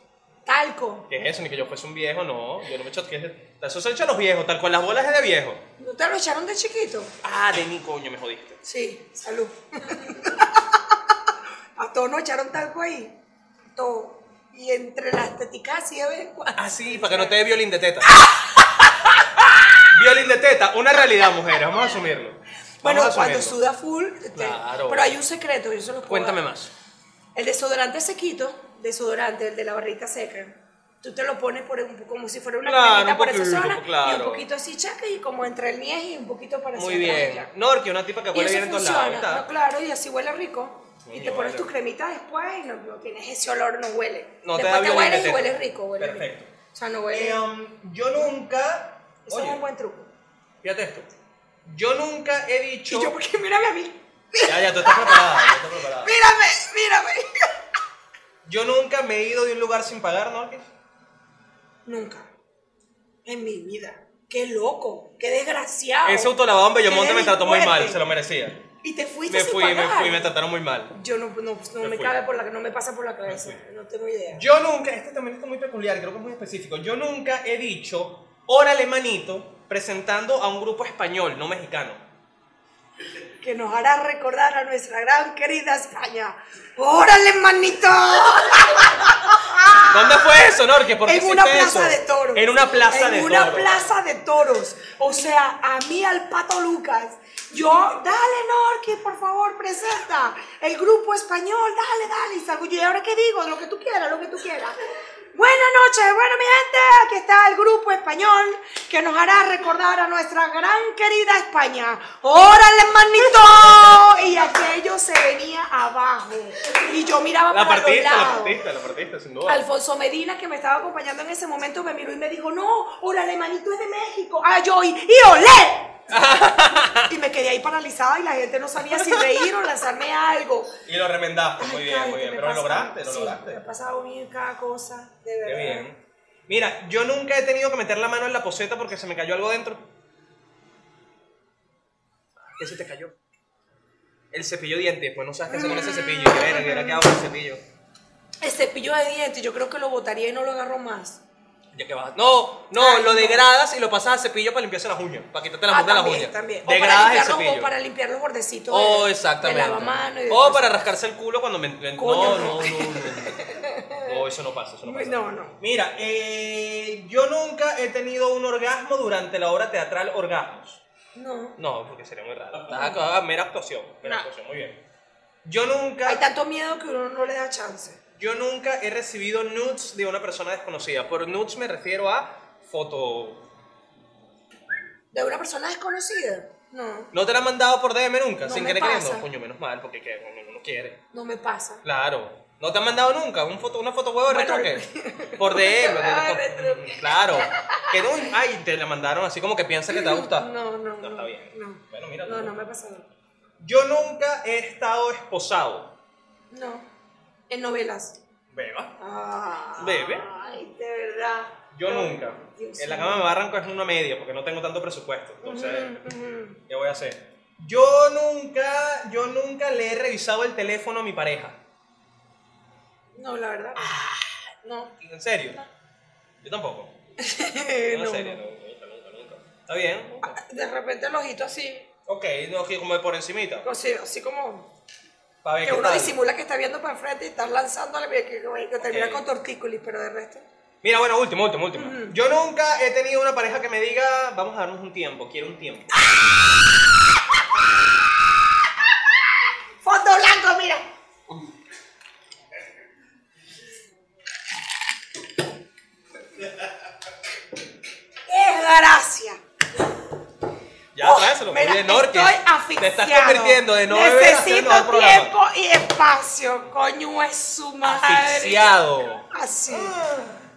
Talco.
¿Qué es eso? Ni que yo fuese un viejo, no. Yo no me he hecho. ¿qué es eso? Eso se lo echan los viejos, talco en las bolas es de viejo.
¿No te lo echaron de chiquito?
Ah, de mi coño, me jodiste.
Sí, salud. A todos nos echaron talco ahí. A todos. Y entre las teticas así de vez en cuando.
Ah, sí, para que no te dé violín de teta. violín de teta, una realidad, mujeres, vamos a asumirlo. Vamos
Bueno,
a
cuando
asumirlo.
suda full. este,
Claro.
Pero hay un secreto, yo se los puedo
Cuéntame
dar.
más.
El desodorante sequito, desodorante, el de la barrita seca, Tú te lo pones por un- como si fuera una
Claro,
cremita
un
por esa
poquito,
zona y
claro.
un poquito así chaca y como entre el niés y un poquito para
Muy
hacia atrás,
bien.
ya.
Norky, una tipa que
Y
huele
eso
bien en todos lados.
funciona,
¿verdad?
¿no? claro, y así huele rico. y te
Coño,
pones
vale.
tus cremitas después y no, no tienes ese olor, no huele.
No te da
después te,
violín,
hueles y
te-
hueles rico, huele
Perfecto.
rico. O sea, no huele.
Eh, um, yo nunca.
Eso
Oye,
es un buen truco.
fíjate esto. Yo nunca he dicho.
Y yo, porque mírame a mí.
Ya, ya, tú estás preparada. ya estás preparada.
Mírame, mírame.
Yo nunca me he ido de un lugar sin pagar, Norky.
Nunca. En mi vida. Qué loco, qué desgraciado.
Ese autolavado en Bellomonte
Qué
me trató muy mal,
delincuente.
se lo merecía.
Y te fuiste
Me
sin
fui, me
pagar.
fui, me trataron muy mal.
Yo no, no, no
Me
me,
fui.
cabe por la no me pasa por la cabeza.
fui.
No tengo idea.
Yo nunca, este también está muy peculiar, creo que es muy específico. Yo nunca he dicho, órale manito, presentando a un grupo español, no mexicano.
que nos hará recordar a nuestra gran querida España. ¡Órale, manito!
¿Dónde fue eso, Norque? ¿Por qué
en una
hiciste
plaza
eso?
de toros.
En una plaza
En
de
una
toros.
plaza de toros. O sea, a mí al Pato Lucas. Yo, dale, Norqui, por favor, presenta. El grupo español, dale, dale. Y salgo yo, ¿y ahora qué digo? Lo que tú quieras, lo que tú quieras. Buenas noches, bueno, mi gente, aquí está el grupo español que nos hará recordar a nuestra gran querida España. ¡Órale, manito! Y aquello se venía abajo. Y yo miraba
La
para los
partiste, la
lados.
partiste, la partiste, sin duda.
Alfonso Medina, que me estaba acompañando en ese momento, me miró y me dijo, no, órale, manito es de México. Ah, yo, y, y olé. y me quedé ahí paralizada y la gente no sabía si reír o lanzarme algo.
Y lo remendaste, muy
Ay,
bien, muy
cállate,
bien.
me
Pero lo
pasa-
lograste, lo
sí,
lograste.
Me ha pasado bien cada cosa, de
Qué
verdad.
bien. Mira, yo nunca he tenido que meter la mano en la poseta porque se me cayó algo dentro. ¿Qué se te cayó? El cepillo de dientes, pues no sabes qué hacer con ese cepillo. Qué verga, ahora qué hago con el cepillo.
El cepillo de dientes, yo creo que lo botaría y no lo agarro más.
Ya que vas. No, no,
Ay,
lo
no.
degradas y lo pasas a cepillo para limpiarse las uñas, para quitarte la
Ah,
punta de las
también,
uñas.
también. O para,
Degradas el
limpiar los,
cepillo.
o para limpiar los bordecitos
Oh,
de-
exactamente.
de lavamano. y de
o
cosas.
para rascarse el culo cuando me. me-
Coño,
no, no,
no.
no, no. No, eso no pasa, eso no pasa.
No, no.
Mira, eh, yo nunca he tenido un orgasmo durante la obra teatral Orgasmos.
No.
No, porque sería muy raro. Estás acá, mera actuación, mera
No.
actuación, muy bien. Yo
Hay
nunca,
tanto miedo que uno no le da chance.
yo nunca he recibido nudes de una persona desconocida. Por nudes me refiero a foto.
¿De una persona desconocida? No,
No te la han mandado por DM nunca,
No
sin
me
querer
pasa.
queriendo. Coño, menos mal, porque que uno no quiere.
no me pasa.
Claro. No te han mandado nunca un foto, una foto huevo de
Bueno,
retruque. Por DM.
Ah,
por- por-
retruque.
Claro. Que no, ay, te la mandaron así como que piensa que te va a gustar.
No, no, no.
está bien.
No,
Bueno, mira.
no,
tú.
no me ha pasado.
Yo nunca he estado esposado.
No. En novelas.
Beba.
Ah,
Bebe.
Ay, de verdad.
Yo
No,
nunca.
Dios
en la
mío.
cama ¿eh? me barranco es una media porque no tengo tanto presupuesto. Entonces,
Ujú, ujú.
¿qué voy a hacer? Yo nunca, yo nunca le he revisado el teléfono a mi pareja.
No, la verdad.
Ah.
No.
¿En serio? Yo tampoco. No, en
Eh, No,
serio,
no.
no, nunca, nunca, nunca. Está bien. nunca.
Ah, De repente el ojito así,
Ok, no, que como por encimita.
así, así como
Para ver
que
qué
uno
tal.
disimula que está viendo para enfrente y está lanzándole, mira, que, que, que termina
Ok.
con tortícolis, pero de resto.
Mira, bueno, último, último, último.
Ujú.
Yo nunca he tenido una pareja que me diga, vamos a darnos un tiempo, quiero un tiempo.
Ah, Fondo blanco, mira. Desgracia.
Ya,
Uf,
tráeselo, muy
oh, mira,
bien, Norquis.
Estoy asfixiado.
Te estás convirtiendo de no beber hacia el
Necesito
mejor programa.
tiempo y espacio. Coño, es su madre. Ah.
Asfixiado.
Así.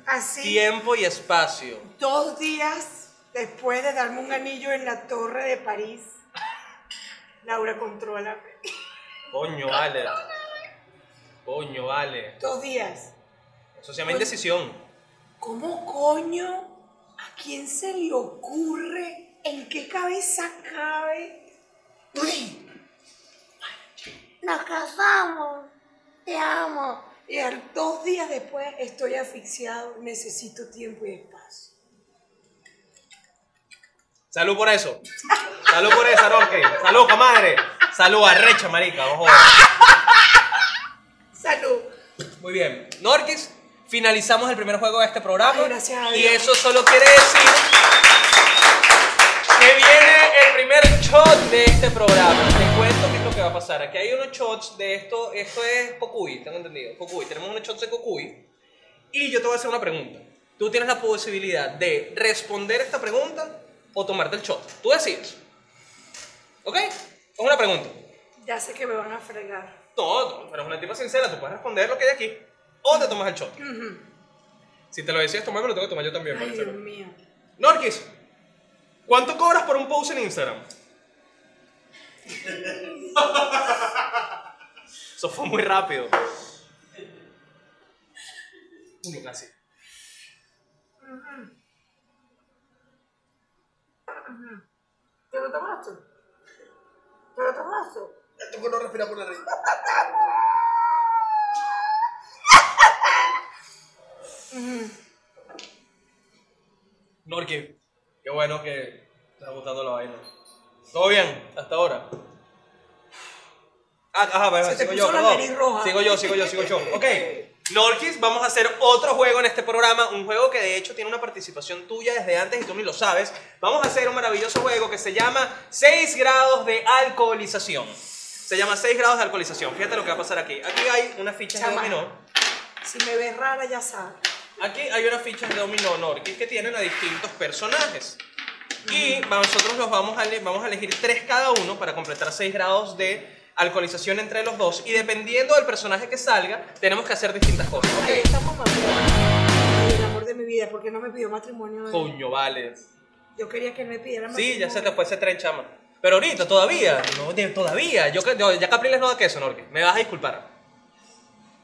Así.
Tiempo y espacio.
Dos días después de darme un anillo en la torre de París. Laura, controla.
Coño, vale. Coño, vale.
Dos días.
Eso se llama indecisión.
¿Cómo coño? ¿A quién se le ocurre? ¿En qué cabeza cabe? Uy. Nos casamos. Te amo. Y al- dos días después estoy asfixiado. Necesito tiempo y espacio.
Salud por eso. Salud por eso, Norque. Salud, comadre. Salud, arrecha, marica. Ojo.
Salud.
Muy bien. Norquis, finalizamos el primer juego de este programa.
Ay, gracias a
y
Dios.
eso solo quiere decir que viene el primer shot de este programa. Te cuento qué es lo que va a pasar. Aquí hay unos shots de esto. Esto es Cocuy, tengo entendido. Cocuy. Tenemos unos shots de Cocuy. Y yo te voy a hacer una pregunta. Tú tienes la posibilidad de responder esta pregunta o tomarte el shot. Tú decides. ¿Ok? Es una pregunta.
Ya sé que me van a fregar.
No, no, pero es una tipa sincera. Tú puedes responder lo que hay aquí o te tomas el shot. Si te lo decías tomar, me lo tengo que tomar yo también.
Ay,
parece.
Dios mío.
Norquis, ¿cuánto cobras por un post en Instagram? Eso fue muy rápido. Uno casi.
¿Te lo tomaste? ¿Te lo tomaste?
Esto que no respira por la nariz.
Norquis, qué bueno que te está gustando la vaina. ¿Todo bien? ¿Hasta ahora? Ah, ajá, vale,
Se te
vale, sigo
puso
yo,
la
perdón.
nariz roja.
Sigo yo, sigo yo, sigo yo. Ok. Norquis, vamos a hacer otro juego en este programa, un juego que de hecho tiene una participación tuya desde antes y tú ni lo sabes. Vamos a hacer un maravilloso juego que se llama 6 grados de alcoholización. Se llama 6 grados de alcoholización. Fíjate lo que va a pasar aquí. Aquí hay unas fichas de
Chama.
dominó.
Si me ves rara, ya sabes.
Aquí hay unas fichas de dominó Norquis que tienen a distintos personajes. Y nosotros los vamos a, ele- vamos a elegir tres cada uno para completar seis grados de alcoholización entre los dos. Y dependiendo del personaje que salga, tenemos que hacer distintas cosas.
Ahí estamos mal. Ay, el amor de mi vida, ¿por qué no me pidió matrimonio? él?
Coño, vale.
Yo quería que él me pidiera matrimonio.
Sí, ya se te fue ese tren, chama. Pero ahorita, todavía. No, de- todavía. Yo, que- yo- ya Capriles no da queso, Norquis. Me vas a disculpar.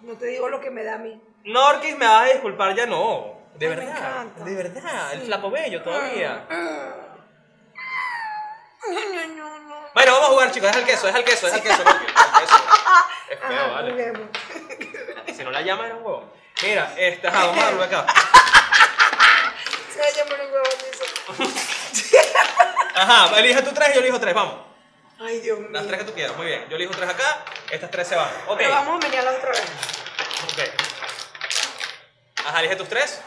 No te digo lo que me da a mí.
Norquis, me vas a disculpar, ya no. De
Ay, Ah, me
verdad.
encanta. Ah.
De verdad. El flaco bello todavía.
No, no, no.
Bueno, vamos a jugar, chicos. Es el queso, es el queso, es el queso. Norquis, es el queso. Es feo,
Ajá,
vale.
juguemos.
Si no la llama era un huevo. Mira, este, ajá, vamos a darle acá.
Se va a llamar un huevo, dice.
Ajá, elige tú tres y yo elijo tres, vamos.
Ay, Dios mío.
Las tres que tú quieras, muy bien. Yo elijo tres acá, estas tres se van. Ok,
Pero vamos a menearlas otra vez.
ok. Ajá, elige tus tres.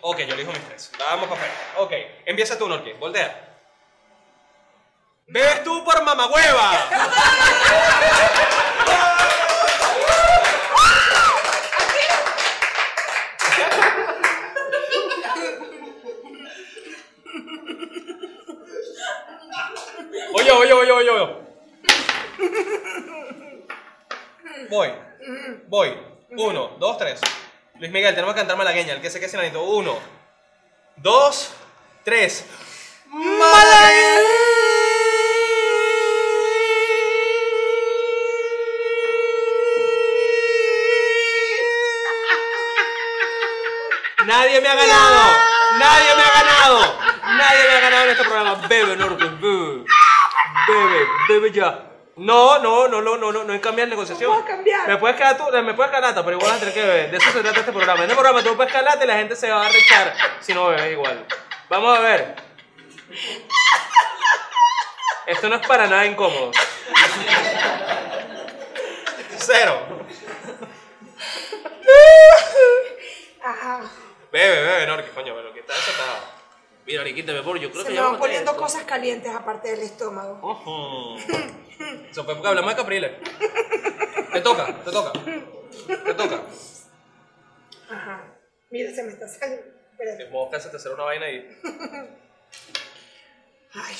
Ok, yo elijo mis tres. Vamos papel. Ok, empieza tú, Norqui, voltea. ¡Bebes tú por mamagüeva! Oye, oye, oye, oye, oye. Voy. Voy. Uno, dos, tres. Luis Miguel, tenemos que cantar malagueña. El que se quede sin aliento. Uno, dos, tres. Nadie me ha ganado. Nadie me ha ganado. Nadie me ha ganado en este programa. Bebe, Norte, bebe. Bebe, bebe ya. No, no, no, no, no, no, no hay cambiar negociación.
No puedo cambiar.
Me puedes quedar tú, me puedes quedar lata, pero igual vas a tener que beber. De eso se trata este programa. En este programa tú puedes quedar lata y la gente se va a rechar si no bebes igual. Vamos a ver. Esto no es para nada incómodo. Cero.
Ajá.
Bebe, bebe, no, que coño, pero que está desatada. Mira, Ariquita, me por, yo creo
Se
que
me
ya
van
vamos a tener
poniendo
esto.
cosas calientes aparte del estómago.
Ojo. Eso fue porque hablamos de Capriles. Te toca, te toca. Te toca.
Ajá. Mira, se me está saliendo. Espérate.
Mosca se te hacer una vaina y.
Ay.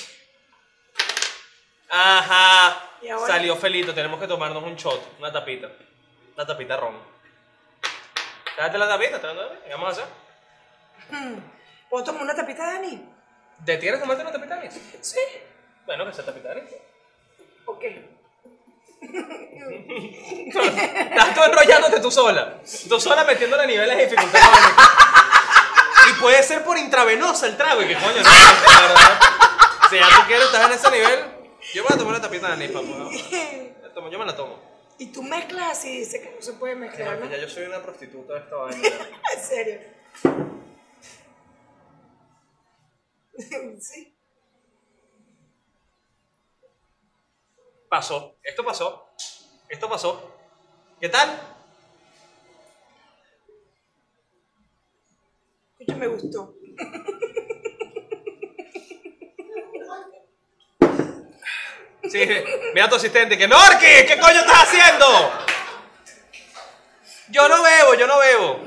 Ajá.
¿Y ahora?
Salió Felito, tenemos que tomarnos un shot, una tapita. Una tapita ron. Tráete la tapita, tráete la tapita. ¿Qué vamos a hacer?
¿Puedo tomar una tapita, Dani?
¿Te tienes que tomarte una tapita de anís?
Sí.
Bueno, que sea tapita de anís.
Ok.
Estás tú enrollándote tú sola. Tú sola metiéndole niveles de dificultad. y puede ser por intravenosa el trago. Y que coño, no, la verdad. Si ya tú quieres, estás en ese nivel. Yo me voy a tomar una tapita de anís, papá. La tomo, Yo me la tomo.
Y tú mezclas así, dice que no se puede mezclar, ¿no?
Ya yo soy una prostituta de esta vaina.
En serio. Sí.
Pasó. Esto pasó. Esto pasó. ¿Qué tal?
Oye, me gustó.
Sí, mira a tu asistente que Norqui, ¿qué coño estás haciendo? Yo no bebo, yo no bebo.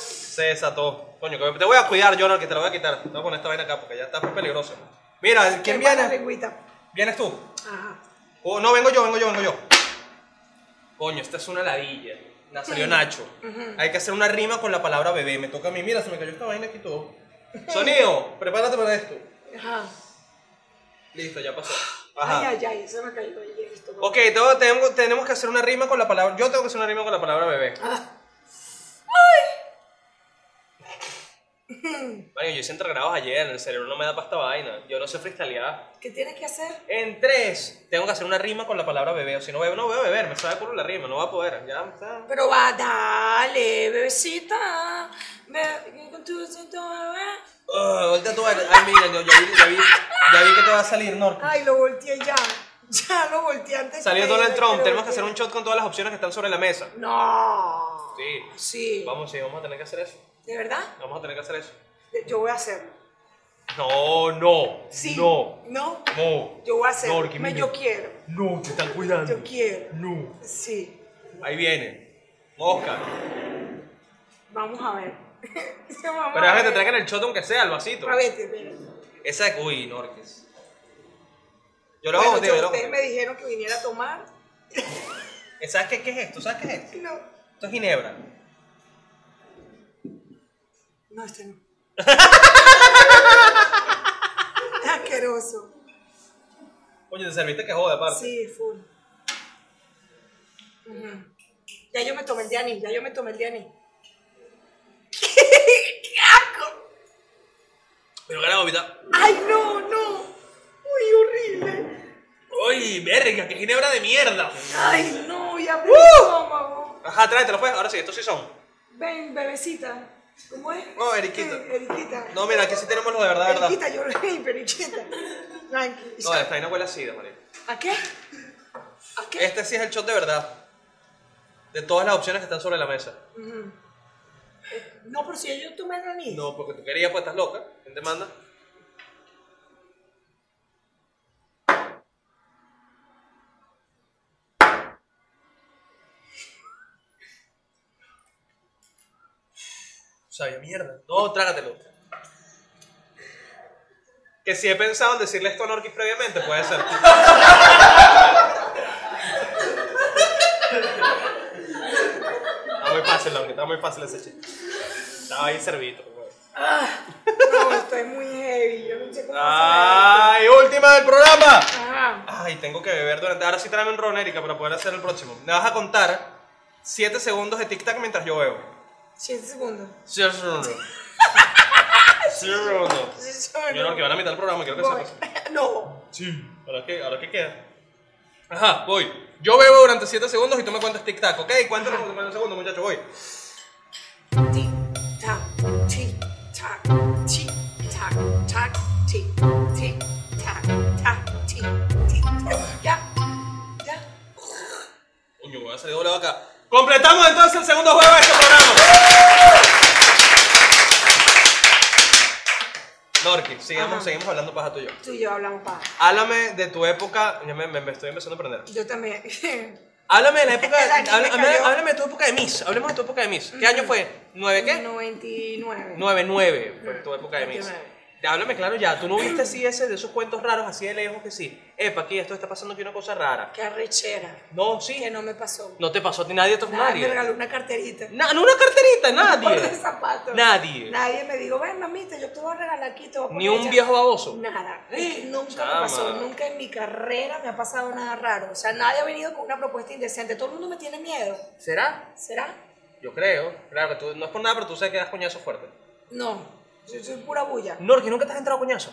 se desató. Coño, que te voy a cuidar, Jonathan, que te la voy a quitar. Te voy a poner esta vaina acá porque ya está peligroso. Mira,
Te
¿quién
guarda
viene?
lengüita.
¿Vienes tú?
Ajá.
Oh, no, vengo yo, vengo yo, vengo yo. Coño, esta es una ladilla. Nazario Nacho. Hay que hacer una rima con la palabra bebé. Me toca a mí. Mira, se me cayó esta vaina aquí todo. Sonido, prepárate para esto.
Ajá.
Listo, ya pasó.
Ay,
Ajá.
ay, ay, se me cayó el esto.
Ok, tengo- tengo- tenemos que hacer una rima con la palabra. Yo tengo que hacer una rima con la palabra bebé.
Ah,
Bueno, yo hice entregrados ayer, el cerebro no me da pasta vaina. Yo no sé freestylear.
¿Qué tienes que hacer?
En tres, tengo que hacer una rima con la palabra bebé. O si no bebo, no voy a beber. Me sabe culo la rima, no va a poder. Ya está.
Pero va, dale, bebecita. Bebe, con tu cinto, bebé.
Ah, ahorita tú eres- Ay, mira, yo, yo vi, ya, vi, ya vi que te va a salir, Norco.
Ay, lo volteé ya. Ya lo volteé antes.
Salió
que-
Donald Trump.
lo
Tenemos que hacer un
volteé.
shot con todas las opciones que están sobre la mesa.
No.
Sí.
Sí.
Vamos, sí, vamos a tener que hacer eso.
¿De verdad?
Vamos a tener que hacer eso.
De- Yo voy a hacerlo.
No, no.
Sí.
No.
No.
No.
Yo voy a hacerlo.
Dorky,
Me-
mira.
yo quiero.
No, te están cuidando.
Yo quiero.
No.
Sí.
Ahí viene. Oscar.
Vamos a ver. Vamos
Pero
a
es
ver.
que te traigan el shot aunque sea, el vasito.
A ver, espera.
Esa es. Uy, Norquis. Yo lo
Bueno,
hago,
yo-
tío. yo lo hago.
ustedes me dijeron que viniera a tomar.
¿Sabes qué, qué es esto? ¿Sabes qué es esto?
No.
Esto es Ginebra.
No, este no. Asqueroso.
Oye, te serviste que jode, aparte.
Sí, full. Ujú. Ya yo me tomé el de anís, ya yo me tomé el de anís. ¡Qué asco!
Pero que la bobita.
¡Ay, no, no! ¡Muy horrible!
¡Uy, verga! ¡Qué Ginebra de mierda!
¡Ay, no! ¡Ya abrí el
¡Uh!
estómago!
Ajá, tráetelo pues. Ahora sí, estos sí son.
Ven, bebecita. ¿Cómo es?
No, Eriquita.
Eh, Eriquita.
No, mira, aquí sí tenemos los de verdad, verdad.
Eriquita, yo lo leí, pero Eriquita. Tranqui.
No, eh. esta vaina huele a sida, María.
¿A qué? ¿A qué?
Este sí es el shot de verdad. De todas las opciones que están sobre la mesa.
Ujú. Eh, No, pero si yo tomé el anís.
No, porque tú querías, pues estás loca. ¿Quién te manda? Sabía mierda. No, trágatelo. Que si he pensado en decirle esto a Norquis previamente, puede ser. Está muy fácil, Norquis, está muy fácil ese chiste. Estaba ahí servido. pues. güey.
No, estoy muy heavy. Yo no sé cómo
Ah.
hacer
¡Ay, última del programa!
esto. Ajá.
Ay, tengo que beber durante. Ahora sí tráeme un ron, Erika, para poder hacer el próximo. Me vas a contar 7 segundos de tic-tac mientras yo bebo.
Siete segundos.
7 segundos. 7 segundos. Yo no, que van a mitad del programa, quiero que
Voy.
sepas.
No.
Sí. ¿Ahora qué? ¿Ahora qué queda? Ajá, voy. Yo bebo durante 7 segundos y tú me cuentas tic-tac, ¿ok? Cuéntalo durante un segundo, muchacho, voy.
Tic, tac, tic, tac, tic, tac, tac, tic, tic, tac, tac, tic, tic, tac. Ya. Ya.
Coño, me voy a salir doblado acá. Completamos entonces el segundo juego de este programa. Norki, sigamos,
Ajá.
seguimos hablando paja tú y yo.
Tú y yo hablamos pa.
Háblame de tu época. Ya me, me- me estoy empezando a aprender.
Yo también.
Háblame de la época.
La que me
háblame, háblame-
cayó.
háblame de tu época de Miss. Hablemos de tu época de Miss. ¿Qué año fue? ¿Nueve qué?
99.
99 fue tu época de Miss.
99.
Háblame claro ya. ¿Tú no viste así ese de esos cuentos raros, así de lejos que sí? Epa, aquí esto está pasando aquí una cosa rara.
Qué arrechera.
No, sí.
Que no me pasó.
No te pasó a ti nadie, esto es
Nada,
nadie.
Me regaló una carterita.
Na- no una carterita,
Un par de
nadie.
zapatos.
Nadie.
Nadie me dijo, ven mamita, yo te voy a regalar aquí, te voy a
Ni
poner
un
ya".
viejo baboso. Eh,
Nada. Es que nunca
chama.
me pasó, nunca en mi carrera me ha pasado nada raro. O sea, nadie ha venido con una propuesta indecente. Todo el mundo me tiene miedo.
¿Será?
¿Será?
Yo creo. Claro que tú, no es por nada, pero tú sabes que das coñazos fuertes.
No. Yo soy pura bulla.
Norqui, ¿nunca te has entrado a coñazo?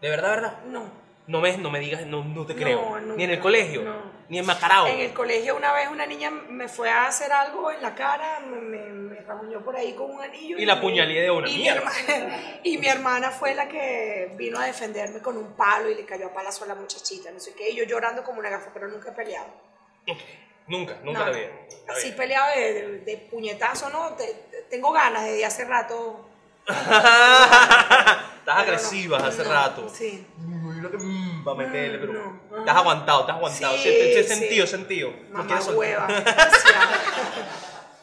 De verdad, verdad.
No.
No me, no me digas, no, no te
No,
creo. Ni en el
nunca,
colegio,
no.
ni en Macarao.
En el colegio una vez una niña me fue a hacer algo en la cara, me, me, me rajuñó por ahí con un anillo.
Y la
me-
apuñalé de una,
Y mi,
mierda.
hermana, y mi hermana fue la que vino a defenderme con un palo y le cayó a palazo a la muchachita, no sé qué, y yo llorando como una gafa, pero nunca he peleado.
Nunca, nunca
No, Ah, no.
la vi. Está
Así
bien.
peleaba de, de- de puñetazo, ¿no? Te- te- tengo ganas desde hace rato.
estás
pero
agresiva
no.
hace
No,
rato.
Sí. Ah,
Uy, lo que- mm, va a meterle, pero.
no.
Te has aguantado, te has aguantado.
Sí,
Sí, sí,
sí.
sentido, sentido. No
Mamá
quieres soltar.
hueva.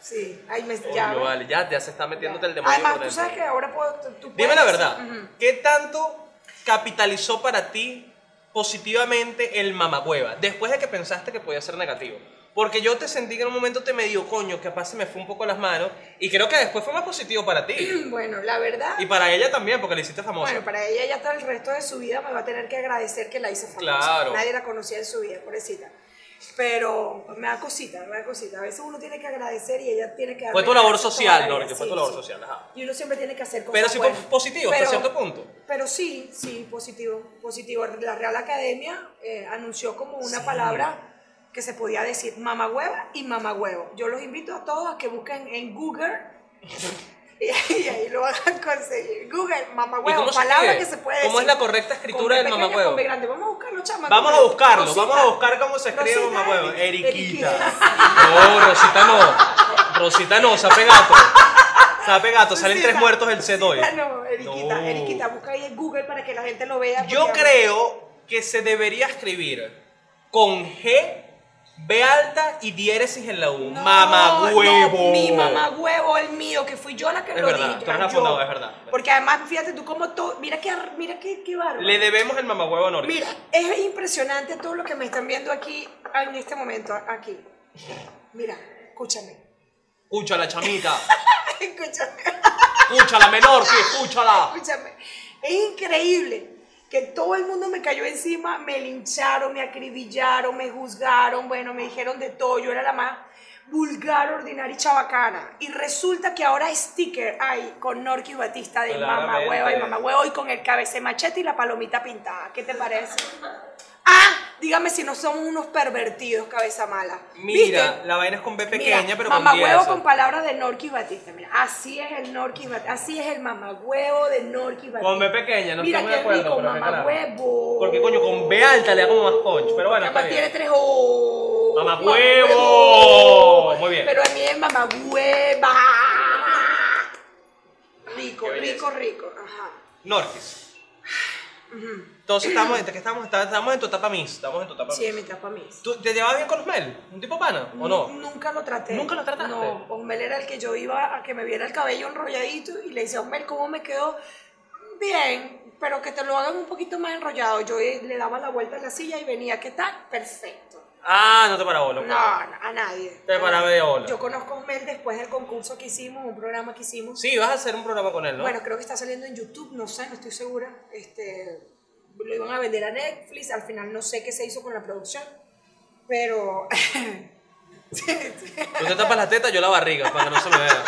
Sí, ahí me. Ya,
Coño, vale, ya, ya se está metiéndote el demonio.
Además,
por
tú
dentro.
sabes que ahora puedo. tú- tú
Dime
puedes-
la verdad,
Ujú.
¿qué tanto capitalizó para ti positivamente el mamacueva después de que pensaste que podía ser negativo? Porque yo te sentí que en un momento te medio coño, capaz se me fue un poco las manos y creo que después fue más positivo para ti
Bueno, la verdad.
y para ella también porque la hiciste famosa.
Bueno, para ella ya hasta el resto de su vida me va a tener que agradecer que la hice famosa.
Claro.
Nadie la conocía en su vida, pobrecita. Pero me da cosita, me da cosita. A veces uno tiene que agradecer y ella tiene que darme
Fue tu labor
gracias toda
social,
la vida.
Nor, que fue
Sí,
tu labor
sí.
social, ajá.
Y uno siempre tiene que hacer cosas
Pero sí fue
buenas.
positivo hasta cierto punto.
Pero sí, sí, positivo, positivo. La Real Academia eh, anunció como una palabra que se podía decir mamahueva y mamahuevo. Yo los invito a todos a que busquen en Google y, y ahí lo van a conseguir. Google,
¿Y
mamahuevo,
cómo se
palabra
escribe?
que se puede decir.
¿Cómo es la correcta
Con B
escritura del
pequeña,
mamahuevo?
con B grande. Vamos a buscarlo, chama.
Vamos a
Google.
buscarlo,
Rosita.
vamos a buscar cómo se escribe
Rosita,
mamahuevo.
Eri-
Eriquita. No, Rosita no. Rosita no, sape gato. Sape gato, salen
Rosita,
tres muertos del set hoy.
Rosita, No, Eriquita,
No.
Eriquita, busca ahí en Google para que la gente lo vea.
Yo
porque-
creo que se debería escribir con G, B alta y diéresis en la U.
No,
mamá huevo.
no, mi mamá huevo, el mío, que fui yo la que
Es
lo
verdad,
dije.
tú eres la
yo.
fundadora, es verdad.
Porque además, fíjate tú cómo todo. Mira qué, ar- mira qué, qué bárbaro.
Le debemos el mamá huevo a Norte.
Mira, es impresionante todo lo que me están viendo aquí, en este momento, aquí. Mira, escúchame.
Escucha la chamita.
Escúchame.
Escúchala, menor, sí, escúchala.
Escúchame, es increíble que todo el mundo me cayó encima, me lincharon, me acribillaron, me juzgaron, bueno, me dijeron de todo, yo era la más vulgar, ordinaria y chabacana. Y resulta que ahora sticker hay con Norqui Batista de mamá
Claramente.
huevo y mamá huevo y con el cabece machete y la palomita pintada. ¿Qué te parece? Ah, dígame si no somos unos pervertidos, cabeza mala.
Mira,
¿Viste?
la vaina es con B pequeña,
Mira,
pero con
mamahuevo
diéresis.
con palabras de Norquis Batista. Mira, así es el Norquis Batista. Así es el mamahuevo de Norquis Batista.
Con B pequeña, no
Mira,
estoy muy de
qué
acuerdo,
rico,
pero me calaba.
mamahuevo.
Porque, coño, con B alta le da como más punch, pero bueno, está
Además
bien.
tiene tres O.
Mamahuevo.
Mamahuevo.
Muy bien.
Pero a mí es mamahueva. Rico,
Qué
rico,
belleza.
rico. Ajá.
Norquis. Entonces estamos, ¿de qué estamos? Está- Estamos en tu etapa mis, estamos en tu etapa
Sí,
mis.
en mi tapa mis.
¿Tú te llevabas bien con Osmel? ¿Un tipo pana o no?
Nunca lo traté.
¿Nunca lo trataste?
No, Osmel era el que yo iba a que me viera el cabello enrolladito y le decía, Osmel, ¿cómo me quedó? Bien, pero que te lo hagan un poquito más enrollado. Yo eh, le daba la vuelta a la silla y venía, ¿qué tal? Perfecto.
Ah, no te paraba
No,
bola.
no, a nadie.
Te
A
paraba
nadie.
de bola.
Yo conozco a Osmel después del concurso que hicimos, un programa que hicimos.
Sí, vas a hacer un programa con él, ¿no?
Bueno, creo que está saliendo en YouTube, no sé, no estoy segura. Este, lo iban a vender a Netflix, al final no sé qué se hizo con la producción, pero...
Tú te tapas la teta, yo la barriga, para que no se me vea.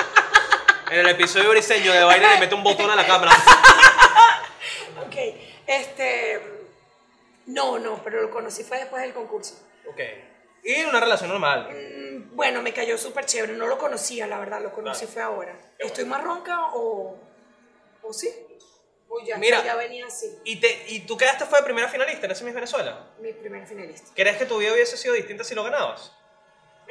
En el episodio briseño de vaina le mete un botón a la cámara.
Ok, este. No, no, pero lo conocí fue después del concurso.
Ok. Y una relación normal.
Mm, Bueno, me cayó súper chévere, no lo conocía, la verdad, lo conocí
Claro.
fue ahora.
Qué
¿Estoy más ronca o, o sí? O ya,
Mira.
ya venía así,
¿Y, te, ¿Y tú quedaste fue de primera finalista en ese Miss Venezuela?
mi primer finalista.
¿Crees que tu vida hubiese sido distinta si lo ganabas?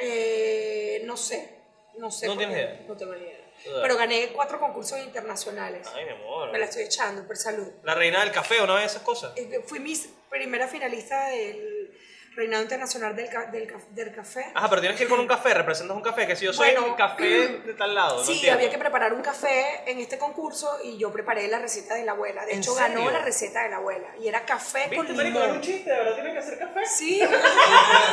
Eh, no sé, no sé.
No
por
tienes
qué,
idea.
No tengo ni idea.
Claro.
Pero gané cuatro concursos internacionales.
Ay, mi amor.
Me la estoy echando, por salud.
La reina del café, una de esas cosas.
Eh, Fui mi primera finalista del Reinado Internacional del, ca- del ca- del Café.
Ajá, pero tienes que ir con un café, representas un café, que si yo soy
Bueno.
un café de tal lado, no
Sí,
entiendo.
había que preparar un café en este concurso y yo preparé la receta de la abuela. De
¿En
hecho,
serio?
ganó la receta de la abuela y era café
¿Viste,
con
marico? Era un
limón.
chiste, de verdad tienen que hacer café.
Sí,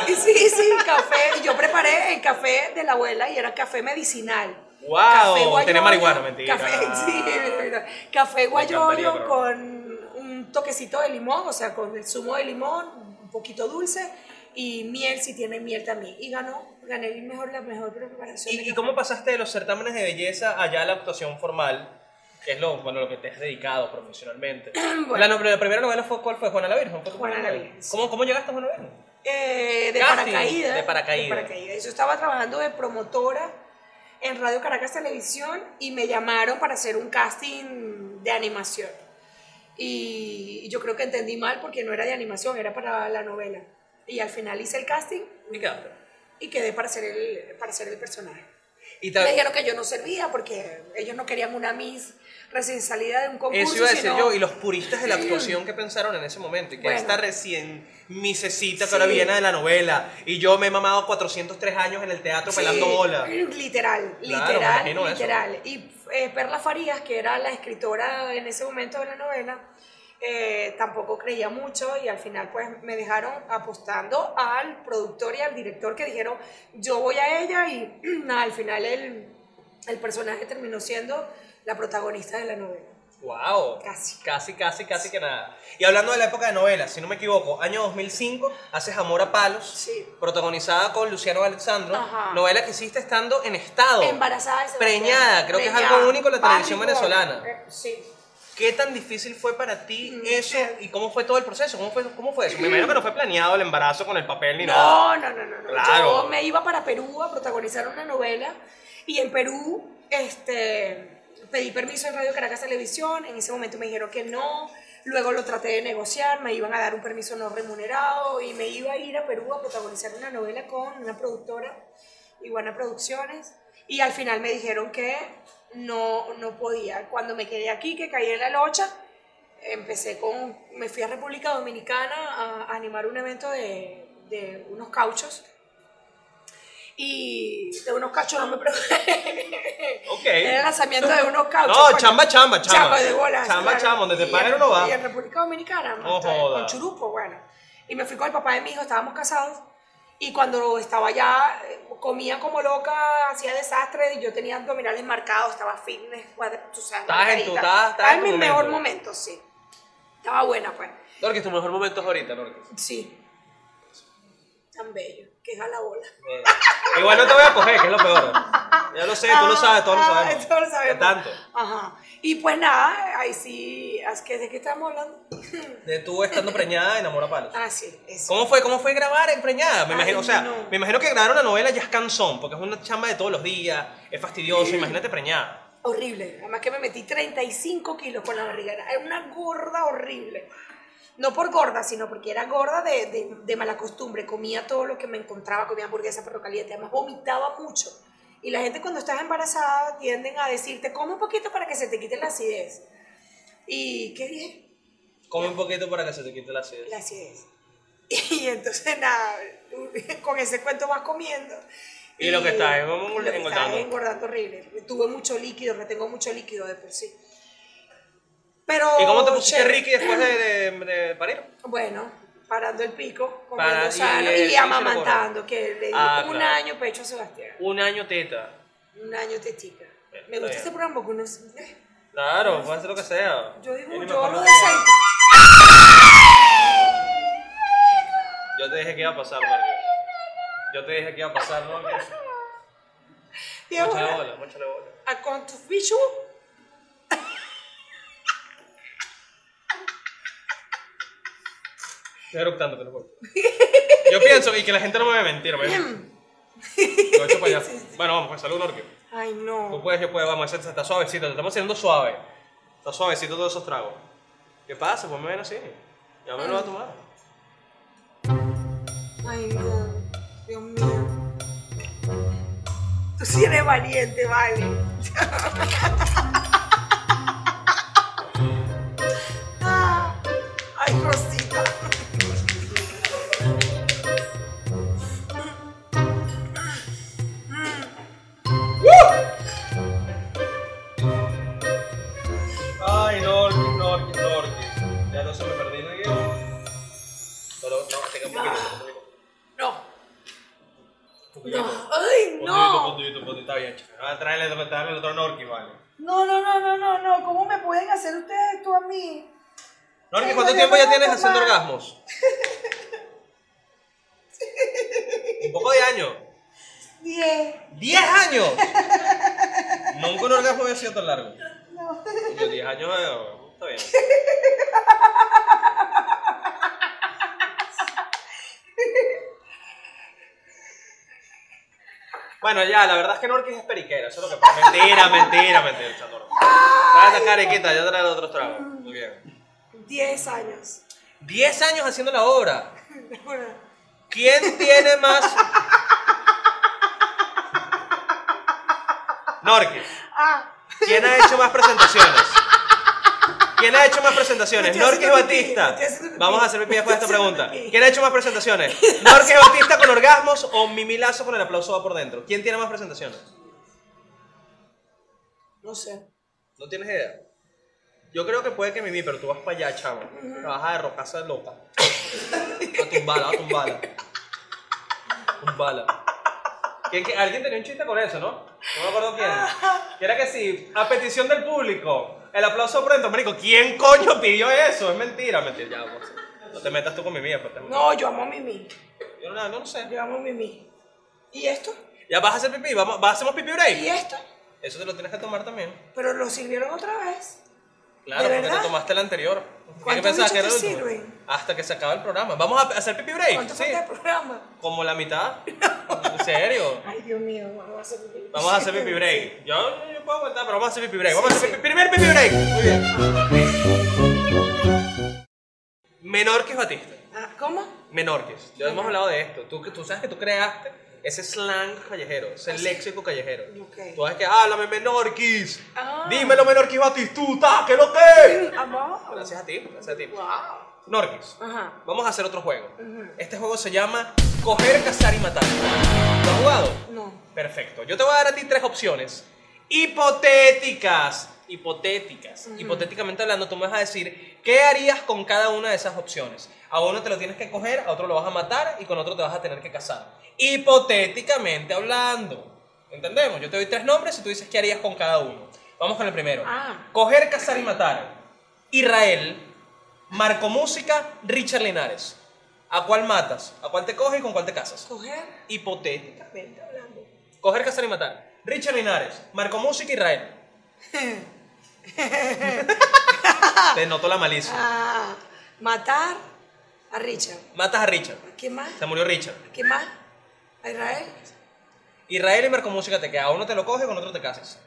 y sí, sí, café. Y yo preparé el café de la abuela y era café medicinal.
Wow, tenía marihuana, mentira.
Café, sí, mira, mira. Café
encantaría,
guayoyo
pero-
con un toquecito de limón, o sea, con el zumo de limón, un poquito dulce y miel si tiene miel también. Y ganó, gané el mejor, la mejor preparación. de
¿Y, y
café.
cómo pasaste de los certámenes de belleza allá a la actuación formal? Que es lo, bueno, lo que te has dedicado profesionalmente.
Bueno.
la, no- la primera novela fue, ¿cuál fue? Juana la Virgen. ¿Fue tu
Juana
primera
la
novela?
Virgen,
¿Cómo, ¿Cómo llegaste a Juana la Virgen?
Eh, de,
Casting,
paracaídas,
Ah, de paracaídas.
de paracaídas. Yo estaba trabajando de promotora en Radio Caracas Televisión y me llamaron para hacer un casting de animación. Y yo creo que entendí mal porque no era de animación, era para la novela. Y al final hice el casting
¿Y qué haces?
y quedé para ser el, para ser el personaje.
Y
Me
tal.
dijeron que yo no servía porque ellos no querían una Miss recién salida de un concurso.
Eso iba a decir
sino-
yo, y los puristas de la actuación que pensaron en ese momento, y que
Bueno.
esta recién misecita que
Sí.
ahora viene de la novela, y yo me he mamado 403 años en el teatro pelando
Sí,
bola.
Literal,
Claro, me
literal,
imagino eso.
literal. Y eh, Perla Farías, que era la escritora en ese momento de la novela, eh, tampoco creía mucho y al final pues me dejaron apostando al productor y al director que dijeron yo voy a ella y nada, al final el, el personaje terminó siendo la protagonista de la novela.
Wow.
Casi.
Casi, casi, casi que nada. Y hablando de la época de novelas, si no me equivoco, año 2005, haces Amor a Palos,
Sí.
protagonizada con Luciano Alexandro,
Ajá.
novela que hiciste estando en estado.
Embarazada de Sebastián.
Oh. Preñada, creo que es algo
Preñada.
único en la
Pan
televisión
y bola.
venezolana.
Eh, sí.
¿Qué tan difícil fue para ti
Mm.
eso y cómo fue todo el proceso? ¿Cómo fue, cómo fue eso? Me imagino que no fue planeado el embarazo con el papel ni nada.
No, no, no, no. no.
Claro.
Yo me iba para Perú a protagonizar una novela y en Perú este, pedí permiso en Radio Caracas Televisión. En ese momento me dijeron que no. Luego lo traté de negociar, me iban a dar un permiso no remunerado y me iba a ir a Perú a protagonizar una novela con una productora, Iguana Producciones. Y al final me dijeron que no, no podía. Cuando me quedé aquí, que caí en la locha, empecé con, me fui a República Dominicana a, a animar un evento de, de unos cauchos y de unos cauchos no me preocupé.
Ok.
Era el lanzamiento de unos cauchos.
No,
coño.
chamba, chamba, chamba.
de bolas.
Chamba, chamba, donde te
Y
paguen
en-
uno va.
Y en República Dominicana,
No
entonces,
joda.
con churupo, bueno. Y me fui con el papá de mi hijo, estábamos casados. Y cuando estaba allá, eh, comía como loca, hacía desastre. y Yo tenía abdominales marcados, estaba fitness, cuadra- tú sabes.
Estabas en tu-
marcadita.
estabas- estabas
Estaba
en
en
tu
mi
momento.
mejor momento, sí. Estaba buena, pues.
Dorcas, tu mejor momento es ahorita, Dorcas.
Sí. Tan bello. Que es la bola.
Eh, Igual no te voy a coger, que es lo peor. Ya lo sé, tú lo sabes, todos lo
Ah, ah,
sabemos.
todos lo sabemos.
¿Qué tanto?
Ajá. Y pues nada, ahí sí. as- que- ¿De qué estamos hablando?
De tú estando preñada en Amor a Palos.
Ah, sí. Eso.
¿Cómo fue? ¿Cómo fue grabar en preñada? Me
Ay,
imagino, o sea,
no.
me imagino que grabaron la novela ya es cansón, porque es una chamba de todos los días, es fastidioso, imagínate preñada.
Horrible. Además que me metí 35 kilos con la barriga. Era una gorda horrible. No por gorda, sino porque era gorda de, de- de mala costumbre. Comía todo lo que me encontraba, comía hamburguesa, perro caliente. Además, vomitaba mucho. Y la gente cuando estás embarazada tienden a decirte, come un poquito para que se te quite la acidez. ¿Y qué dije?
Come un poquito para que se te quite la sed.
La acidez. Y entonces nada, con ese cuento vas comiendo.
Y lo que estás es
lo que
como
estás
engordando.
es engordando horrible. Tuve mucho líquido, retengo mucho líquido de por sí. Pero.
¿Y cómo te pusiste
chévere.
Ricky después de, de, de parir?
Bueno, parando el pico, comiendo
Para- y
sano
el-
y,
sí se lo
amamantando, que le di
Ah,
un
claro.
año pecho a Sebastián.
Un año teta.
Un año testica.
Bueno,
Me
está
gusta
bien.
este programa porque uno. es- eh,
Claro, puede ser lo que sea.
Yo digo,
Tiene
yo
mejor
lo
nombre.
desayuno.
Yo te dije que iba a pasar, Marcos. Yo te dije que iba a pasar, Marcos.
Y
Móchale
ahora,
bola, móchale bola.
a con tus bichos.
Estoy eructando, pero bueno. Yo pienso, y que la gente no me va a mentir, me Lo echo para allá. Bueno, vamos, pues salud, Norquio.
Ay, no.
Tú puedes, yo puedo, vamos, ese está suavecito, te estamos haciendo suave. Está suavecito todos esos tragos. ¿Qué pasa? Ponme ven así. Ya me lo va a tomar.
Ay, no. Dios mío. Tú sí eres valiente, vale. Ah, Ay, Rosita.
Ay, Norquio, Norquio, Norquio. Ya no se me perdí el guión. Solo, no, tenga un poquito, un poquito.
No.
Un
No.
poquito.
Ay, no.
Puntito, puntito, puntito, está bien, chica. Ah, tráele, tráele el otro Norqui, vale.
No, no, no, no, no, no. ¿Cómo me pueden hacer ustedes esto a mí?
Norqui,
Ay,
¿cuánto
no,
tiempo
yo
ya
no
tienes
puedo
haciendo
más.
orgasmos? Un poco de años.
Diez.
¡Diez años! Nunca un orgasmo había sido tan largo. Yo, diez años, eh, está bien. Bueno, ya, la verdad es que Norqui es periquera, eso es lo que pasa. Mentira, mentira, mentira, chato. Trae la carequita, ya trae otros tragos. Muy bien.
Diez años.
10 años haciendo la obra. ¿Quién tiene más? Norque,
Ah,
¿quién ha hecho más presentaciones? ¿Quién ha hecho más presentaciones?
Me estoy
¿Norque
haciendo
Batista?
pipí, me estoy haciendo
Vamos a
pipí,
hacer
me
pipí después de esta
estoy haciendo
pregunta.
pipí.
¿Quién ha hecho más presentaciones? ¿Norque Batista con orgasmos o Mimilazo con el aplauso va por dentro? ¿Quién tiene más presentaciones?
no sé.
¿No tienes idea? Yo creo que puede que Mimi, pero tú vas para allá, chamo. Te vas a derrocarse loca. A tumbala, a tumbala. Tumbala. ¿Quién- quién- alguien tenía un chiste con eso, ¿no? No me acuerdo quién. Que era que sí, a petición del público, el aplauso por dentro. Marico, ¿quién coño pidió eso? Es mentira, mentira. Ya, vos. No te metas tú con Mimi, después te
No, yo amo a Mimi.
Yo no, no, no sé.
Yo amo a Mimi. ¿Y esto?
Ya vas a hacer pipí, vamos, vas- hacemos pipí
¿Y
break.
esto?
Eso te lo tienes que tomar también.
Pero lo sirvieron otra vez.
Claro,
¿De
porque
verdad?
te tomaste el anterior.
¿Cuántos
pensabas
bichos te
el último?
sirven?
Hasta que se acaba el programa. Vamos a hacer pipi break.
¿Cuánto
Sí.
falta el programa?
Como la mitad. En serio.
Ay, Dios mío, vamos a hacer pipí.
Vamos a hacer pipi break. Yo, yo puedo aguantar, pero vamos a hacer pipi break. Vamos a hacer pipi- primer pipi break. Muy bien. Menor que Batista.
Ah, ¿Cómo?
Menorques. Ya hemos hablado de esto. Tú, que- tú sabes que tú creaste ese slang callejero, ese léxico callejero.
¿Ah, Ok.
Tú sabes que háblame Menorquis.
Ah.
Dímelo Menorquis Batistuta, ¿qué lo que?
Amor.
Gracias a ti, gracias a ti.
Wow.
Norquis.
Ajá.
Vamos a hacer otro juego. Este juego se llama Coger, Cazar y Matar. ¿Lo has jugado?
No.
Perfecto. Yo te voy a dar a ti tres opciones. Hipotéticas. Hipotéticas. Hipotéticamente hablando, tú me vas a decir qué harías con cada una de esas opciones. A uno te lo tienes que coger, a otro lo vas a matar y con otro te vas a tener que casar. Hipotéticamente hablando. ¿Entendemos? Yo te doy tres nombres y tú dices qué harías con cada uno. Vamos con el primero.
Ah.
Coger, casar y matar. Israel, Marco Música, Richard Linares. ¿A cuál matas? ¿A cuál te coges y con cuál te casas?
Coger.
Hipotética.
Vente hablando.
Coger, cazar y matar. Richard Linares, Marco Música, Israel. Te notó la malicia.
Ah, matar a Richard.
Matas a Richard.
¿Qué más?
Se murió Richard.
¿Qué más? ¿A Israel?
Israel y Marco Música te queda. Uno te lo coge y con otro te casas.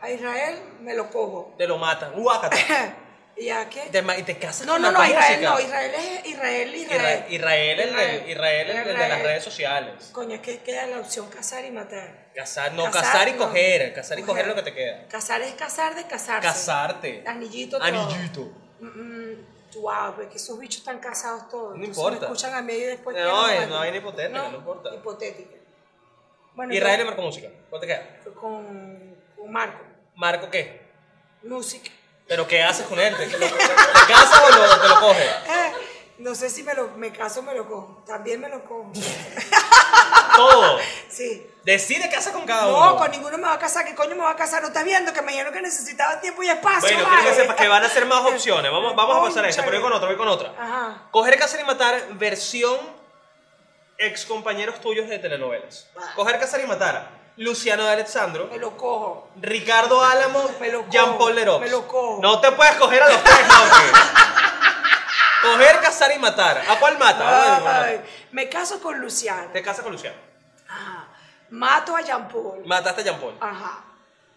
A Israel me lo cojo.
Te lo matan. Uácata.
¿Y a qué?
Te ma- Y te casas
No,
con
no, no,
Marco
Israel
Música.
no. Israel es Israel,
Israel,
Israel.
Israel, el de,
Israel.
Israel el de- de las
Israel.
redes sociales.
Coño, es que queda la opción casar y matar.
Casar, no,
Casar,
casar, y
no.
coger. Casar y coger es
Coger.
lo que te queda.
Casar es casar de casarse.
Casarte.
Anillito todo.
Anillito.
wow, pero es que esos bichos están casados todos.
No
Entonces
importa.
Me escuchan a mí y después.
No,
quieren
es-
algo.
no hay ni hipotética, no importa.
Hipotética. Bueno,
Israel y
yo-
Marco Música. ¿Cuál te queda?
con, con Marco.
Marco, ¿qué?
Música.
¿Pero qué haces con él? ¿Te, te lo- te casas o lo- te lo coges?
Eh, no sé si me, lo, me caso o me lo cojo. También me lo cojo.
Todo.
Sí.
Decide casa con cada uno.
No, con ninguno me va a casar. ¿Qué coño me va a casar? ¿No estás viendo que me dijeron que necesitaba tiempo y espacio? vale?
Bueno,
Este,
quiero que sepas que van a ser más opciones. Vamos, vamos a pasar a esta,
Cónchale. Ah.
pero voy con otra, voy con otra.
Ajá.
Coger, casar y matar, versión ex compañeros tuyos de telenovelas.
Ah.
Coger, casar y matar. Luciano de Alessandro,
Me lo cojo.
Ricardo Álamo,
Me lo cojo,
Jean Paul Lerox.
me lo cojo.
No te puedes coger a los tres, no. Coger, casar y matar. ¿A cuál mata? Vamos a ver, bueno,
Ay, me caso con Luciano.
Te casas con Luciano.
Ajá. Mato a Jean Paul.
Mataste a Jean Paul.
Ajá.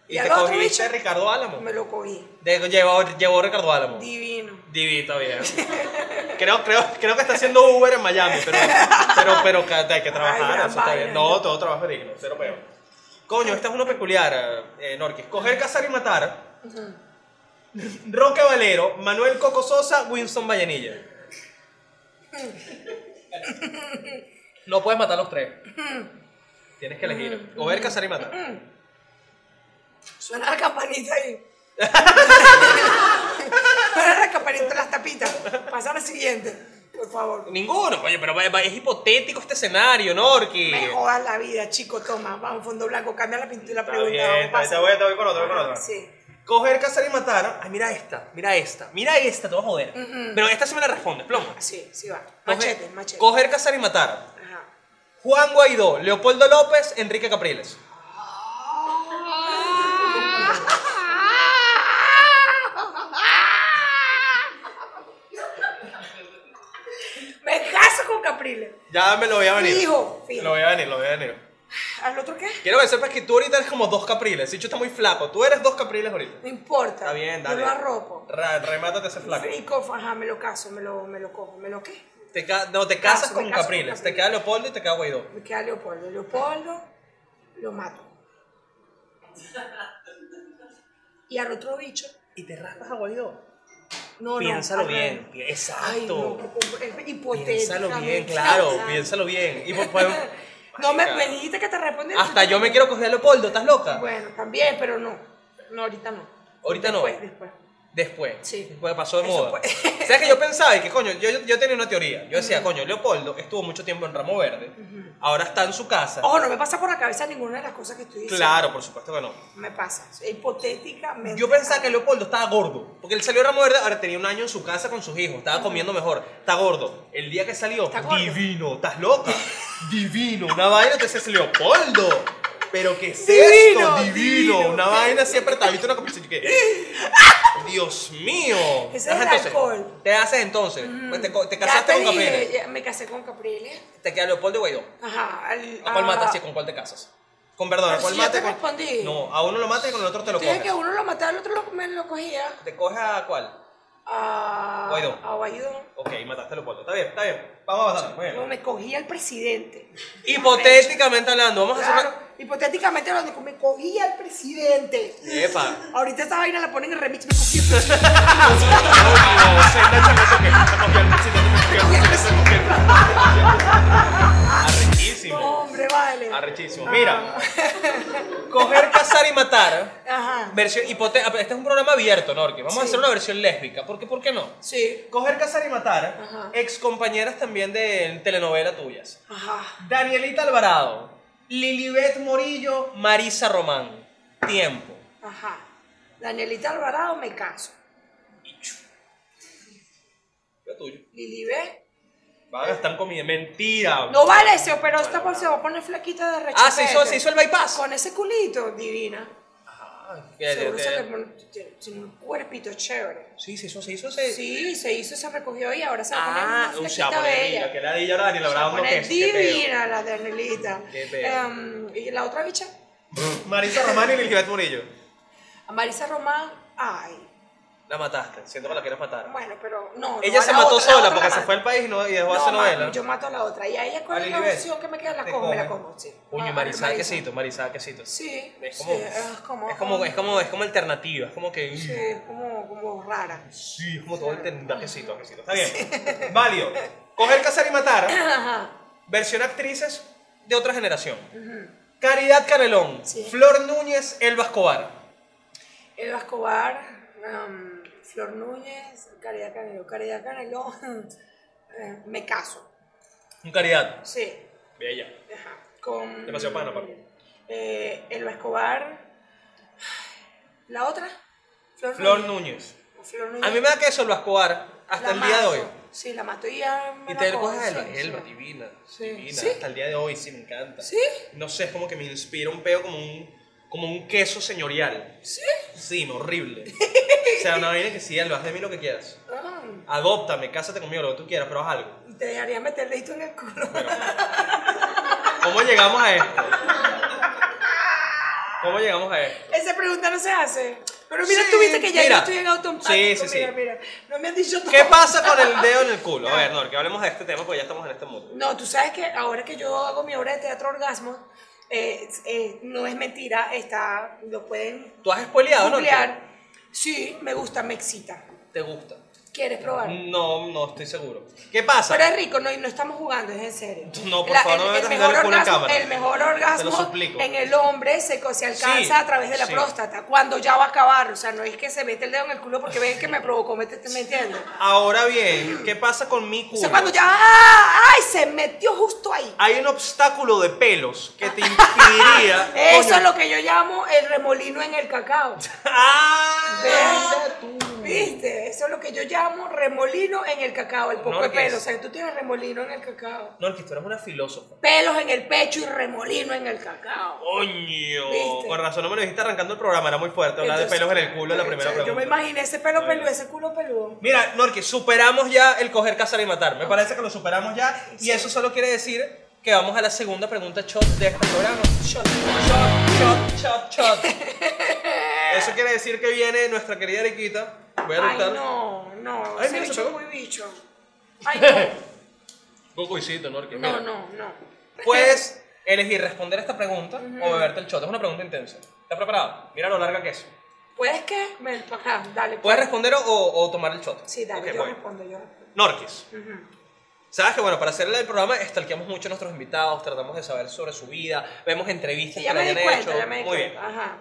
Y, te
Ah, otro
cogiste a Ricardo Álamo.
me lo cogí.
De- llevó, llevó Ricardo Álamo.
Divino.
Divita bien. Creo, creo, creo que está haciendo Uber en Miami, pero, pero, pero ca- hay que
Ay,
trabajar.
gran
eso está bien.
vaina,
No,
¿no?
todo trabajo es digno, cero peor. Coño, esta es una peculiar, eh, Norquis. Coger, cazar y matar. Roque Valero, Manuel Coco Sosa, Winston Vallenilla. No puedes matar a los tres. Tienes que elegir. Coger, cazar y matar.
Suena la campanita ahí. Suena la campanita de las tapitas. Pasa a la siguiente, por favor.
Ninguno, oye, pero va- va- es hipotético este escenario, Norquis.
Me jodas la vida, chico. Toma, vamos, fondo blanco, cambia la pintura,
Está
pregunta.
bien,
vamos,
está bien,
pasa.
te voy, te voy con otra, voy con otra.
Sí.
Coger, cazar y matar. Ay, mira esta, mira esta, mira esta, te vas a joder. Pero esta sí me la responde, plomo.
Sí, sí va.
Coger-
Machete, machete.
Coger, cazar y matar.
Ajá.
Juan Guaidó, Leopoldo López, Enrique Capriles.
Me caso con Capriles.
Ya me lo voy a venir.
Fijo,
Me
fijo.
Lo voy a venir, lo voy a venir.
¿Al otro qué?
Quiero que sepas que tú ahorita eres como dos Capriles. Si yo está muy flaco, tú eres dos Capriles ahorita.
No importa.
Está bien, dale.
Yo lo arropo.
Ra- remátate ese flaco.
Y cojo, ajá, me lo caso, me lo, me lo cojo. ¿Me lo qué?
Te ca- no, te casas
Caso, me
con
caso con
Capriles. Te
Capriles.
queda Leopoldo y te queda Guaidó.
Me queda Leopoldo. Leopoldo lo mato. Y al otro bicho.
Y te raspas a guaidó.
No, no,
piénsalo
al
bien.
revés.
pi-
Ay,
Exacto.
no, es hipotéticamente,
piénsalo bien, claro.
claro.
Piénsalo bien. Y pues, pues,
No me,
marica,
me dijiste que te respondí.
Hasta yo me quiero coger a Leopoldo, ¿estás loca?
Bueno, también, pero no. No, ahorita no.
Ahorita no.
Después, después.
Después.
Sí.
Después pasó de
Eso
moda.
fue.
¿Sabes que yo pensaba? Y que coño, yo, yo tenía una teoría. Yo decía, coño, Leopoldo estuvo mucho tiempo en Ramo Verde. Ahora está en su casa.
Oh, no me pasa por la cabeza ninguna de las cosas que estoy diciendo.
claro, por supuesto que no.
Me pasa. Hipotéticamente.
Yo pensaba que Leopoldo estaba gordo. Porque él salió de Ramo Verde, ahora tenía un año en su casa con sus hijos. Estaba comiendo mejor. Está gordo. El día que salió,
Está gordo.
divino. ¿Estás loca? divino. Una vaina, te dices, Leopoldo. Pero que es
Divino,
esto? Divino.
divino.
Una vaina así apretadita, una copita. y que, Dios mío.
Ese es
¿Te haces
el
entonces?
alcohol.
¿Te haces entonces? Pues te, co- te
Mm. Ya
casaste
te
con
dije,
Gabriel.
ya Me casé con Capriles.
Te queda Leopoldo y Guaidó.
Ajá. al-
¿A cuál
a-
matas, chico? ¿Con cuál te casas? Con perdón, ¿a
Ah. Pero
cuál
si ya
matas?
te
Con-
respondí.
No, a uno lo matas y con el otro te lo
Dije que
coges.
uno lo mataba, el otro lo, me lo cogía.
¿Te coges a cuál?
A
Guaidó.
A Guaidó.
Ok, mataste a Leopoldo. Está bien, está bien. Vamos avanzando. Muy
No,
bien.
me cogía el presidente.
Hipotéticamente hablando, vamos a
Claro,
hacer
hipotéticamente hablando, me cogía el presidente.
una... Epa.
Ahorita esta vaina la ponen en remix, me cogí el presidente.
Arrechísimo.
Hombre, vale.
Arrechísimo. Mira. Coger, casar y matar.
Ajá.
Versión hipote- ah, Este es un programa abierto, Norque. Vamos a
Sí.
hacer una versión lésbica. ¿Por qué, ¿Por qué no?
Sí.
Coger, casar y matar.
Ajá.
Ex compañeras también de telenovela tuyas.
Ajá.
Danielita Alvarado. Lilibet Morillo. Marisa Román. Tiempo.
Ajá. Danielita Alvarado, me caso.
Lo tuyo.
Lili B.
Van a gastar en comida. Mentira.
No vale, se operó esta por se va a poner flaquita de rechazo.
ah, se hizo, se hizo el bypass.
Con ese culito, divina.
Fíjate,
Seguro
te-
se le pone tiene- tiene un cuerpito chévere.
Sí, se hizo, se hizo. Se...
Sí, se hizo, se recogió y ahora se va a poner
Ah,
una
o sea,
flaquita
pone-
bella.
mira, que la di ahora Daniela Bravo no
Pone
queso, qué pedo.
divina la Danielita.
Qué pedo.
Em, ¿Y la otra bicha?
Marisa Román y Lilibet Murillo.
A Marisa Román, ay.
La mataste, siento que la quieres matar.
Bueno, pero no. no,
Ella
a
se
la
mató
otra, la
sola
otra
porque
la
se
mato.
fue al país y, no, y dejó hacer
No,
novela.
mami, yo mato a la otra. Y a ella, ¿cuál
A
es la
Lilibet.
opción que me queda? La
Te
como, me la
come.
como, sí.
Uy,
Ay,
Marisa da quesito, Marisa da quesito.
Sí,
Es
sí,
como,
es como-
es como, es como, es como alternativa, es como que.
Sí, es como, como rara.
Sí, es como todo el da quesito, da quesito. Está bien. Valio. Coger, cazar y matar.
Ajá.
Versión actrices de otra generación. Caridad Canelón,
Sí.
Flor Núñez, Elba Escobar.
Eva Escobar, em, Flor Núñez, Caridad Canelo. Caridad Canelo, eh, me caso.
Un caridad.
Sí,
Bella.
ajá. Con.
Demasiado pana, aparte.
Eh, Elba Escobar. ¿La otra?
Flor Núñez.
Flor Núñez.
A mí me da queso Elba Escobar hasta
La
el día de
mato.
hoy.
Sí, la mato y ya me
Y
la
te
como,
coges
sí,
Elba, Elba,
sí.
divina.
Sí.
Divina.
¿Sí?
Hasta el día de hoy sí me encanta.
¿Sí?
No sé, es como que me inspira un peo como un, como un queso señorial.
¿Sí?
Sí, no, horrible. o sea, una vaina que sí, Elba, haz de mí lo que quieras.
Ah,
Adóptame, cásate conmigo, lo que tú quieras, pero haz algo.
y te dejaría meter el dedito en el culo.
¿Cómo llegamos a esto? ¿Cómo llegamos a esto?
Esa pregunta no se hace. Pero mira,
Sí,
tú viste que ya
mira.
yo estoy en automático.
Sí, sí, sí.
mira, mira. No me han dicho todo.
¿Qué pasa con el dedo en el culo? A ver, no, que hablemos de este tema porque ya estamos en este mundo.
No, tú sabes que ahora que yo hago mi obra de teatro orgasmo, eh, eh, no es mentira, está, lo pueden
¿Tú has spoileado, no?
googlear. Sí, me gusta, me excita.
¿Te gusta?
¿Quieres probar?
Mm. No, no estoy seguro. ¿Qué pasa?
Pero es rico, no, y no estamos jugando, es en serio.
No, por favor, no me metas el
mejor
dedo en el culo en
orgasmo-
cámara.
El mejor
Te lo
orgasmo
suplico.
en el hombre se, co- se alcanza
Sí,
a través de la
sí.
próstata, cuando ya va a acabar. O sea, no es que se mete el dedo en el culo porque ven que me provocó, ¿me, te- me entiendes?
Ahora bien, ¿qué pasa con mi
O
culo?
sea, cuando ya, ¡ah! ¡ay! Se metió justo ahí.
Hay un obstáculo de pelos que te impediría.
Eso
Ah, Coño.
es lo que yo llamo el remolino en el cacao.
¡Ah!
Ve, ¿Viste? Eso es lo que yo llamo remolino en el cacao, el poco
No,
de
lo que
pelo. O
es.
sea, tú tienes remolino en el cacao.
No, que tú eres una filósofa.
Pelos en el pecho y remolino en el cacao.
Coño.
¿Viste?
Con razón no me lo dijiste arrancando el programa, era muy fuerte hablar
Entonces,
de pelos en el culo en la primera
o sea,
pregunta.
Yo me imaginé ese pelo
Está
peludo,
bien.
ese culo peludo.
Mira, Norqui, superamos ya el coger, cazar y matar. Me parece que lo superamos ya. Y eso solo quiere decir que vamos a la segunda pregunta shot de este programa. Shot, shot, shot, shot, shot. Eso quiere decir que viene nuestra querida Ariquita. Voy a
Ay,
dictar.
no, no.
Ay,
ese
mira, se
bicho es
pegó.
muy bicho. Ay,
Cocuicito, Norqui.
no.
mira.
no, no, no.
Puedes elegir responder esta pregunta o beberte el shot. Es una pregunta intensa. ¿Estás preparado? Mira lo larga que es.
¿Puedes que? Me, ajá, dale. pues.
¿Puedes responder o, o tomar el shot?
Sí, dale,
Ok,
yo
voy.
respondo, yo respondo.
Norquis.
Ujú.
Sabes que, bueno, para hacer el programa stalkeamos mucho a nuestros invitados, tratamos de saber sobre su vida, vemos entrevistas
Sí, ya
que le
me di
hayan
cuenta,
hecho.
ya me di
Muy bien.
cuenta. Ajá.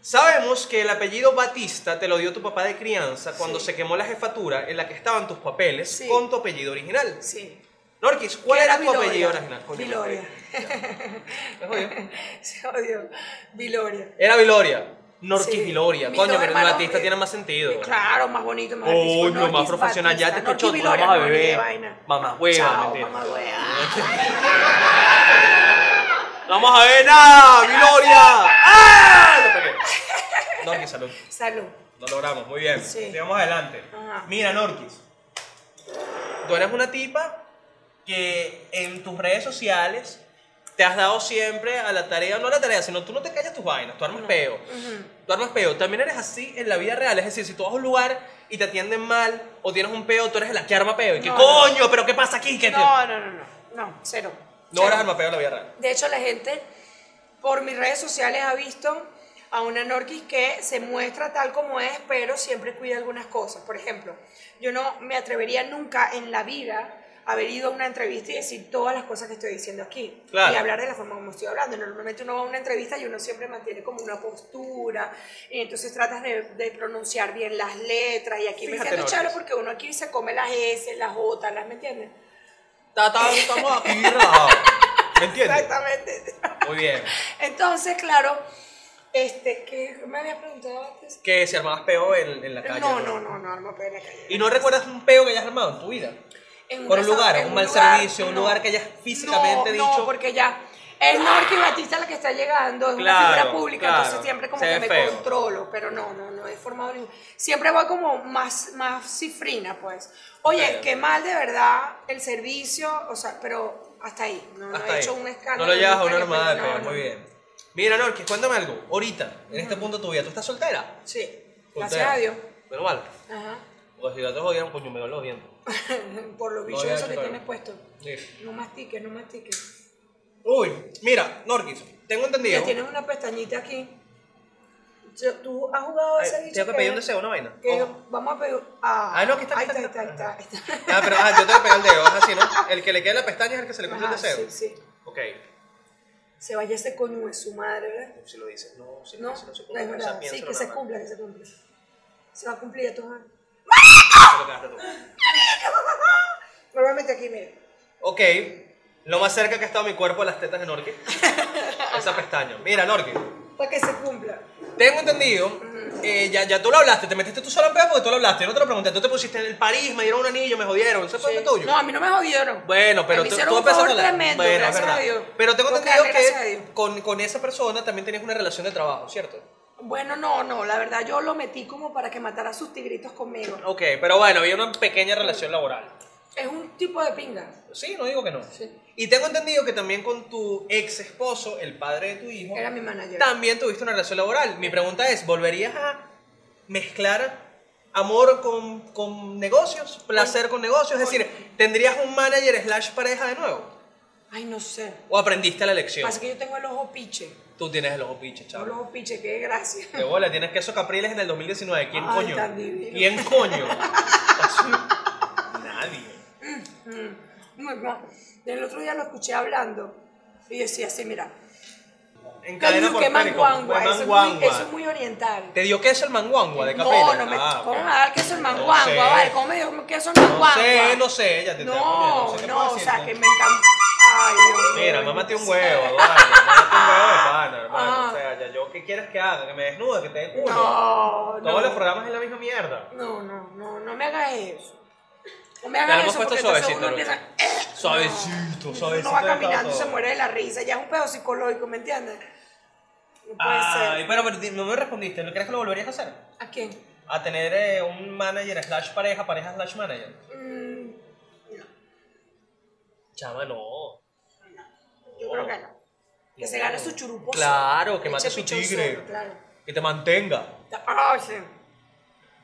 Sabemos que el apellido Batista te lo dio tu papá de crianza cuando
Sí.
se quemó la jefatura en la que estaban tus papeles
Sí.
con tu apellido original.
Sí.
Norquis, ¿cuál
Que
era tu
Viloria.
apellido original? Coño,
Viloria.
me jodí.
Se odió. Viloria.
Era Viloria. Norquis
Sí.
Viloria.
Mis
Coño,
dos
pero el
hermanos,
Batista
eh,
tiene más sentido.
Claro, más bonito, más
Coño,
artístico. No,
más
Ortiz
profesional. Ya te
Batista, no,
escuchó tu
Ortiz Viloria,
mamá
no, ni de
bebé.
vaina.
Mamá hueva,
Chao,
mentira.
mamá hueva.
¡Vamos a ver nada! ¡Viloria! ¡Ah! Lo pegué. Norquis, salud.
Salud.
Lo logramos, muy bien.
Sí.
Sigamos adelante.
Ajá.
Mira, Norquis. Tú eres una tipa que en tus redes sociales te has dado siempre a la tarea, no a la tarea, sino tú no te callas tus vainas, tú armas peo.
Ujú.
Tú armas peo. También eres así en la vida real. Es decir, si tú vas a un lugar y te atienden mal o tienes un peo, tú eres la que arma peo. ¿Y que
No,
coño? ¿Pero qué pasa aquí? ¿Qué te-
No, no, no, no. No, cero.
No eres
Cero.
arma peo en la vida real.
De hecho, la gente por mis redes sociales ha visto a una Norquis que se muestra tal como es, pero siempre cuida algunas cosas. Por ejemplo, yo no me atrevería nunca en la vida a haber ido a una entrevista y decir todas las cosas que estoy diciendo aquí.
Claro.
Y hablar de la forma como estoy hablando. Normalmente uno va a una entrevista y uno siempre mantiene como una postura, y entonces tratas de, de pronunciar bien las letras, y aquí
Fíjate,
me siento chévere
Norquis.
porque uno aquí se come las S, las J, ¿las me entiendes?
Ta- ta- Estamos aquí relajados. ¿Me entiendes?
Exactamente.
Muy bien.
Entonces, claro, este, ¿qué me había preguntado antes?
Que si armabas peo en, en la calle.
No, no, no, no, armo peo en la calle.
¿Y no recuerdas un peo que hayas armado en tu vida?
En
Por un
restaur-
lugar,
en
un mal
lugar,
servicio, un
no.
lugar que hayas físicamente
no,
dicho.
No, porque ya es Norqui Batista la que está llegando, es
Claro,
una figura pública,
claro.
entonces siempre como
Se ve
que me
feo.
controlo, pero no, no, no he formado ningún. Siempre voy como más, más cifrina, pues. Oye,
Claro.
qué mal de verdad el servicio, o sea, pero hasta ahí, no, no
Hasta
he
ahí.
hecho un escándalo.
No lo llevas a
nunca,
una
ni
armada de
peli-
peo,
no,
muy
no.
bien. Mira, Norquis, cuéntame algo. Ahorita, en este punto de tu vida, ¿tú estás soltera?
Sí, gracias
Soltera.
a Dios.
Pero vale.
Ajá.
Porque si la te jodieron, coño, me los dientes.
Por los bichos
había
esos
hecho
que
todavía.
tienes puesto.
Sí.
No mastiques, no mastiques.
Uy, mira, Norquis, tengo
Que
entendido.
tienes una pestañita aquí. Yo- ¿Tú has jugado a
Ay,
ese bicho?
Tengo que pedir un deseo, una vaina.
que
Ojo.
vamos a pedir. Ah,
Ah, no, que está-
Ahí está, ahí está, ahí está. ahí está.
Ah, pero ah, yo tengo que pegar el dedo, es así, ¿no? El que le quede la pestaña es el que se le cumple
Ajá,
el deseo.
sí, sí.
Ok.
Se vaya ese coño de su madre, ¿verdad?
Si lo dices, no, si
No,
lo dices, no se
no
cumple.
es
o sea,
verdad. Sí,
piénsalo
que
nada
se
más.
cumpla, que se cumpla. Se va a cumplir ya todo.
Eso es lo que vas a hacer tú.
Normalmente aquí, mira.
Ok, lo más cerca que ha estado mi cuerpo a las tetas de Norki. Esa pestaña. Mira, Norki,
Para que se cumpla.
tengo entendido, eh, ya, ya tú lo hablaste, te metiste tú solo en peo porque tú lo hablaste, yo no te lo pregunté, tú te pusiste en el París, me dieron un anillo, me jodieron, eso fue
Sí.
lo tuyo.
No, a mí no me jodieron.
Bueno, pero
a mí
tú,
hicieron
tú
un
empezaste
favor
a hablar.
tremendo,
Bueno, es
gracias
verdad.
a Dios.
Pero tengo
Porque
entendido
darle gracias a Dios.
que con, con esa persona también tenías una relación de trabajo, ¿cierto?
Bueno, no, no, la verdad yo lo metí como para que matara sus tigritos conmigo.
Ok, pero bueno, había una pequeña relación laboral.
Es un tipo de pinga.
Sí, no digo que no.
Sí.
Y tengo entendido que también con tu ex esposo, el padre de tu hijo,
Era mi manager.
también tuviste una relación laboral. Mi pregunta es, ¿volverías a mezclar amor con, con negocios? ¿Placer con negocios? Es decir, ¿tendrías un manager slash pareja de nuevo?
Ay, no sé.
¿O aprendiste la lección?
Pasa que yo tengo el ojo piche.
Tú tienes el ojo pinche,
Tengo el
chaval.
ojo piche, qué gracia.
De bola, tienes queso capriles en el 2019. ¿Quién
Ay,
coño?
tan divino.
¿Quién coño? Nadie.
No, no. El otro día lo escuché hablando y decía así, mira.
En
Que
cadena por
yuque manguangua, eso es, muy,
Manguangua.
eso es muy oriental.
¿Te dio queso el manguangua de capela?
No, no me.
Ah,
¿Cómo
ok.
me va a dar queso el
sé.
manguangua? Vale, ¿cómo me dio queso el
No
manguangua?
sé, no sé, ya te estoy poniendo,
No,
sé qué puedo
no, o sea, que
decirte.
me encanta. Ay, Dios mío.
Mira, mámate un huevo, Eduardo, mámate un huevo de pana, hermano.
Ah.
O sea, ya yo, ¿qué quieres que haga? ¿Que me desnude? ¿Que te dé culo?
No, no.
Todos los programas es la misma mierda.
No, no, no, no me hagas eso. No me
Ya lo
hagas
hemos
eso
puesto
porque entonces
pues, suavecito,
uno empieza,
Luca.
eh,
Suavecito, suavecito.
uno va
de cada
caminando y se
todo.
muere de la risa. Ya es un pedo psicológico, ¿me entiendes? No puede
Ay,
ser.
pero, pero di- no me respondiste. ¿No crees que lo volverías a hacer?
¿A quién?
A tener eh, un manager slash pareja, pareja slash manager.
Mm,
Chama, no.
yo creo que no. Que se gane su churupo.
Claro, que
Eche
mate su
pichón
tigre.
solo, claro.
Que te mantenga.
Ay, sí.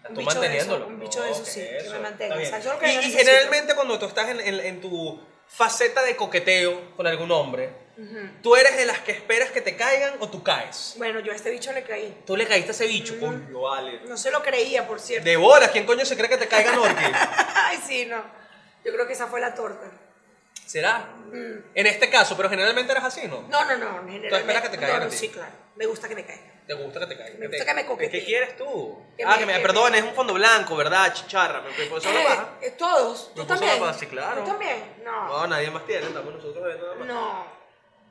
Un
Tú
bicho de
manteniéndolo.
eso, un bicho de eso,
No,
sí,
¿qué
que
es
me
eso?
mantenga.
Está
O sea, eso es lo
bien.
que yo
y, y
necesito.
generalmente cuando tú estás en, en- en tu faceta de coqueteo con algún hombre,
Ujú.
¿Tú eres de las que esperas que te caigan o tú caes?
Bueno, yo a este bicho le creí.
Tú le caíste a ese bicho, coño, vale.
No se lo creía, por cierto.
De bola, ¿quién coño se cree que te caiga Norky?
Ay, sí, no. Yo creo que esa fue la torta.
¿Será?
Mm.
En este caso, pero generalmente eres así, ¿no?
No, no, no. generalmente-
¿Tú esperas que te caigan
No,
a
no,
ti?
sí, claro. Me gusta que me caigan.
¿Te gusta que te caigan?
Me
te-
gusta que me coqueteen.
¿Qué quieres tú?
Que
ah,
me-
que me
que me-
perdón, es un fondo blanco, ¿verdad? Chicharra, me por eso lo baja.
Eh, eh, todos.
Me
¿Tú
puso la
también?
paz, sí, claro.
¿Tú también? No.
No, nadie más tiene, estamos nosotros viendo nada más.
No.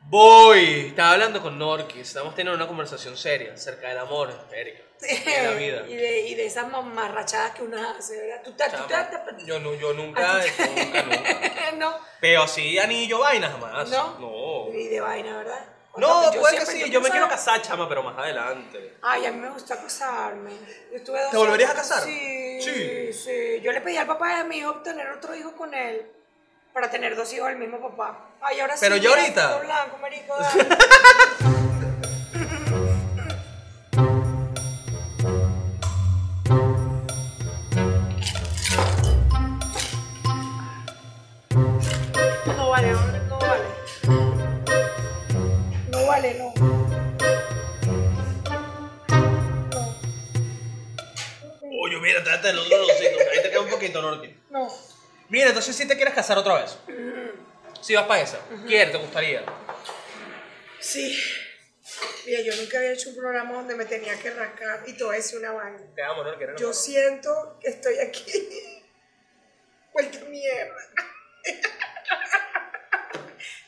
Voy, estaba hablando con Norky, estamos teniendo una conversación seria acerca del amor, Erika, de la vida.
y, de, y de esas mamarrachadas que uno hace, ¿verdad? Tú te... Tú
Chama,
te-
yo, no, yo nunca,
pues. Ah,
yo nunca, nunca.
no.
Pero así anillo vaina jamás.
No.
No,
Y de vaina, ¿verdad?
no
Yo
puede que
siempre-
sí, yo me
pensaba-
quiero casar, chama, pero más adelante.
Ay, a mí me gusta casarme. Yo estuve dos
¿Te volverías
años-
a casar?
Sí,
Sí.
sí. Yo le pedí al papá de mi hijo tener otro hijo con él. Para tener dos hijos del mismo papá. Ay, ahora sí.
Pero ya
mira,
ahorita.
fondo blanco, marico, dale. No vale, no vale. No vale, no.
Oye, mira, trata de los dos ahí te queda un poquito, Norky.
No.
Mira, entonces si te quieres casar otra vez.
Mm.
Si vas para esa, ¿quieres? ¿Te gustaría?
Sí. Mira, yo nunca había hecho un programa donde me tenía que rascar y todo es una vaina.
Te amo, Norky. eres
Yo
hermosa.
siento que estoy aquí. Vuelta mierda.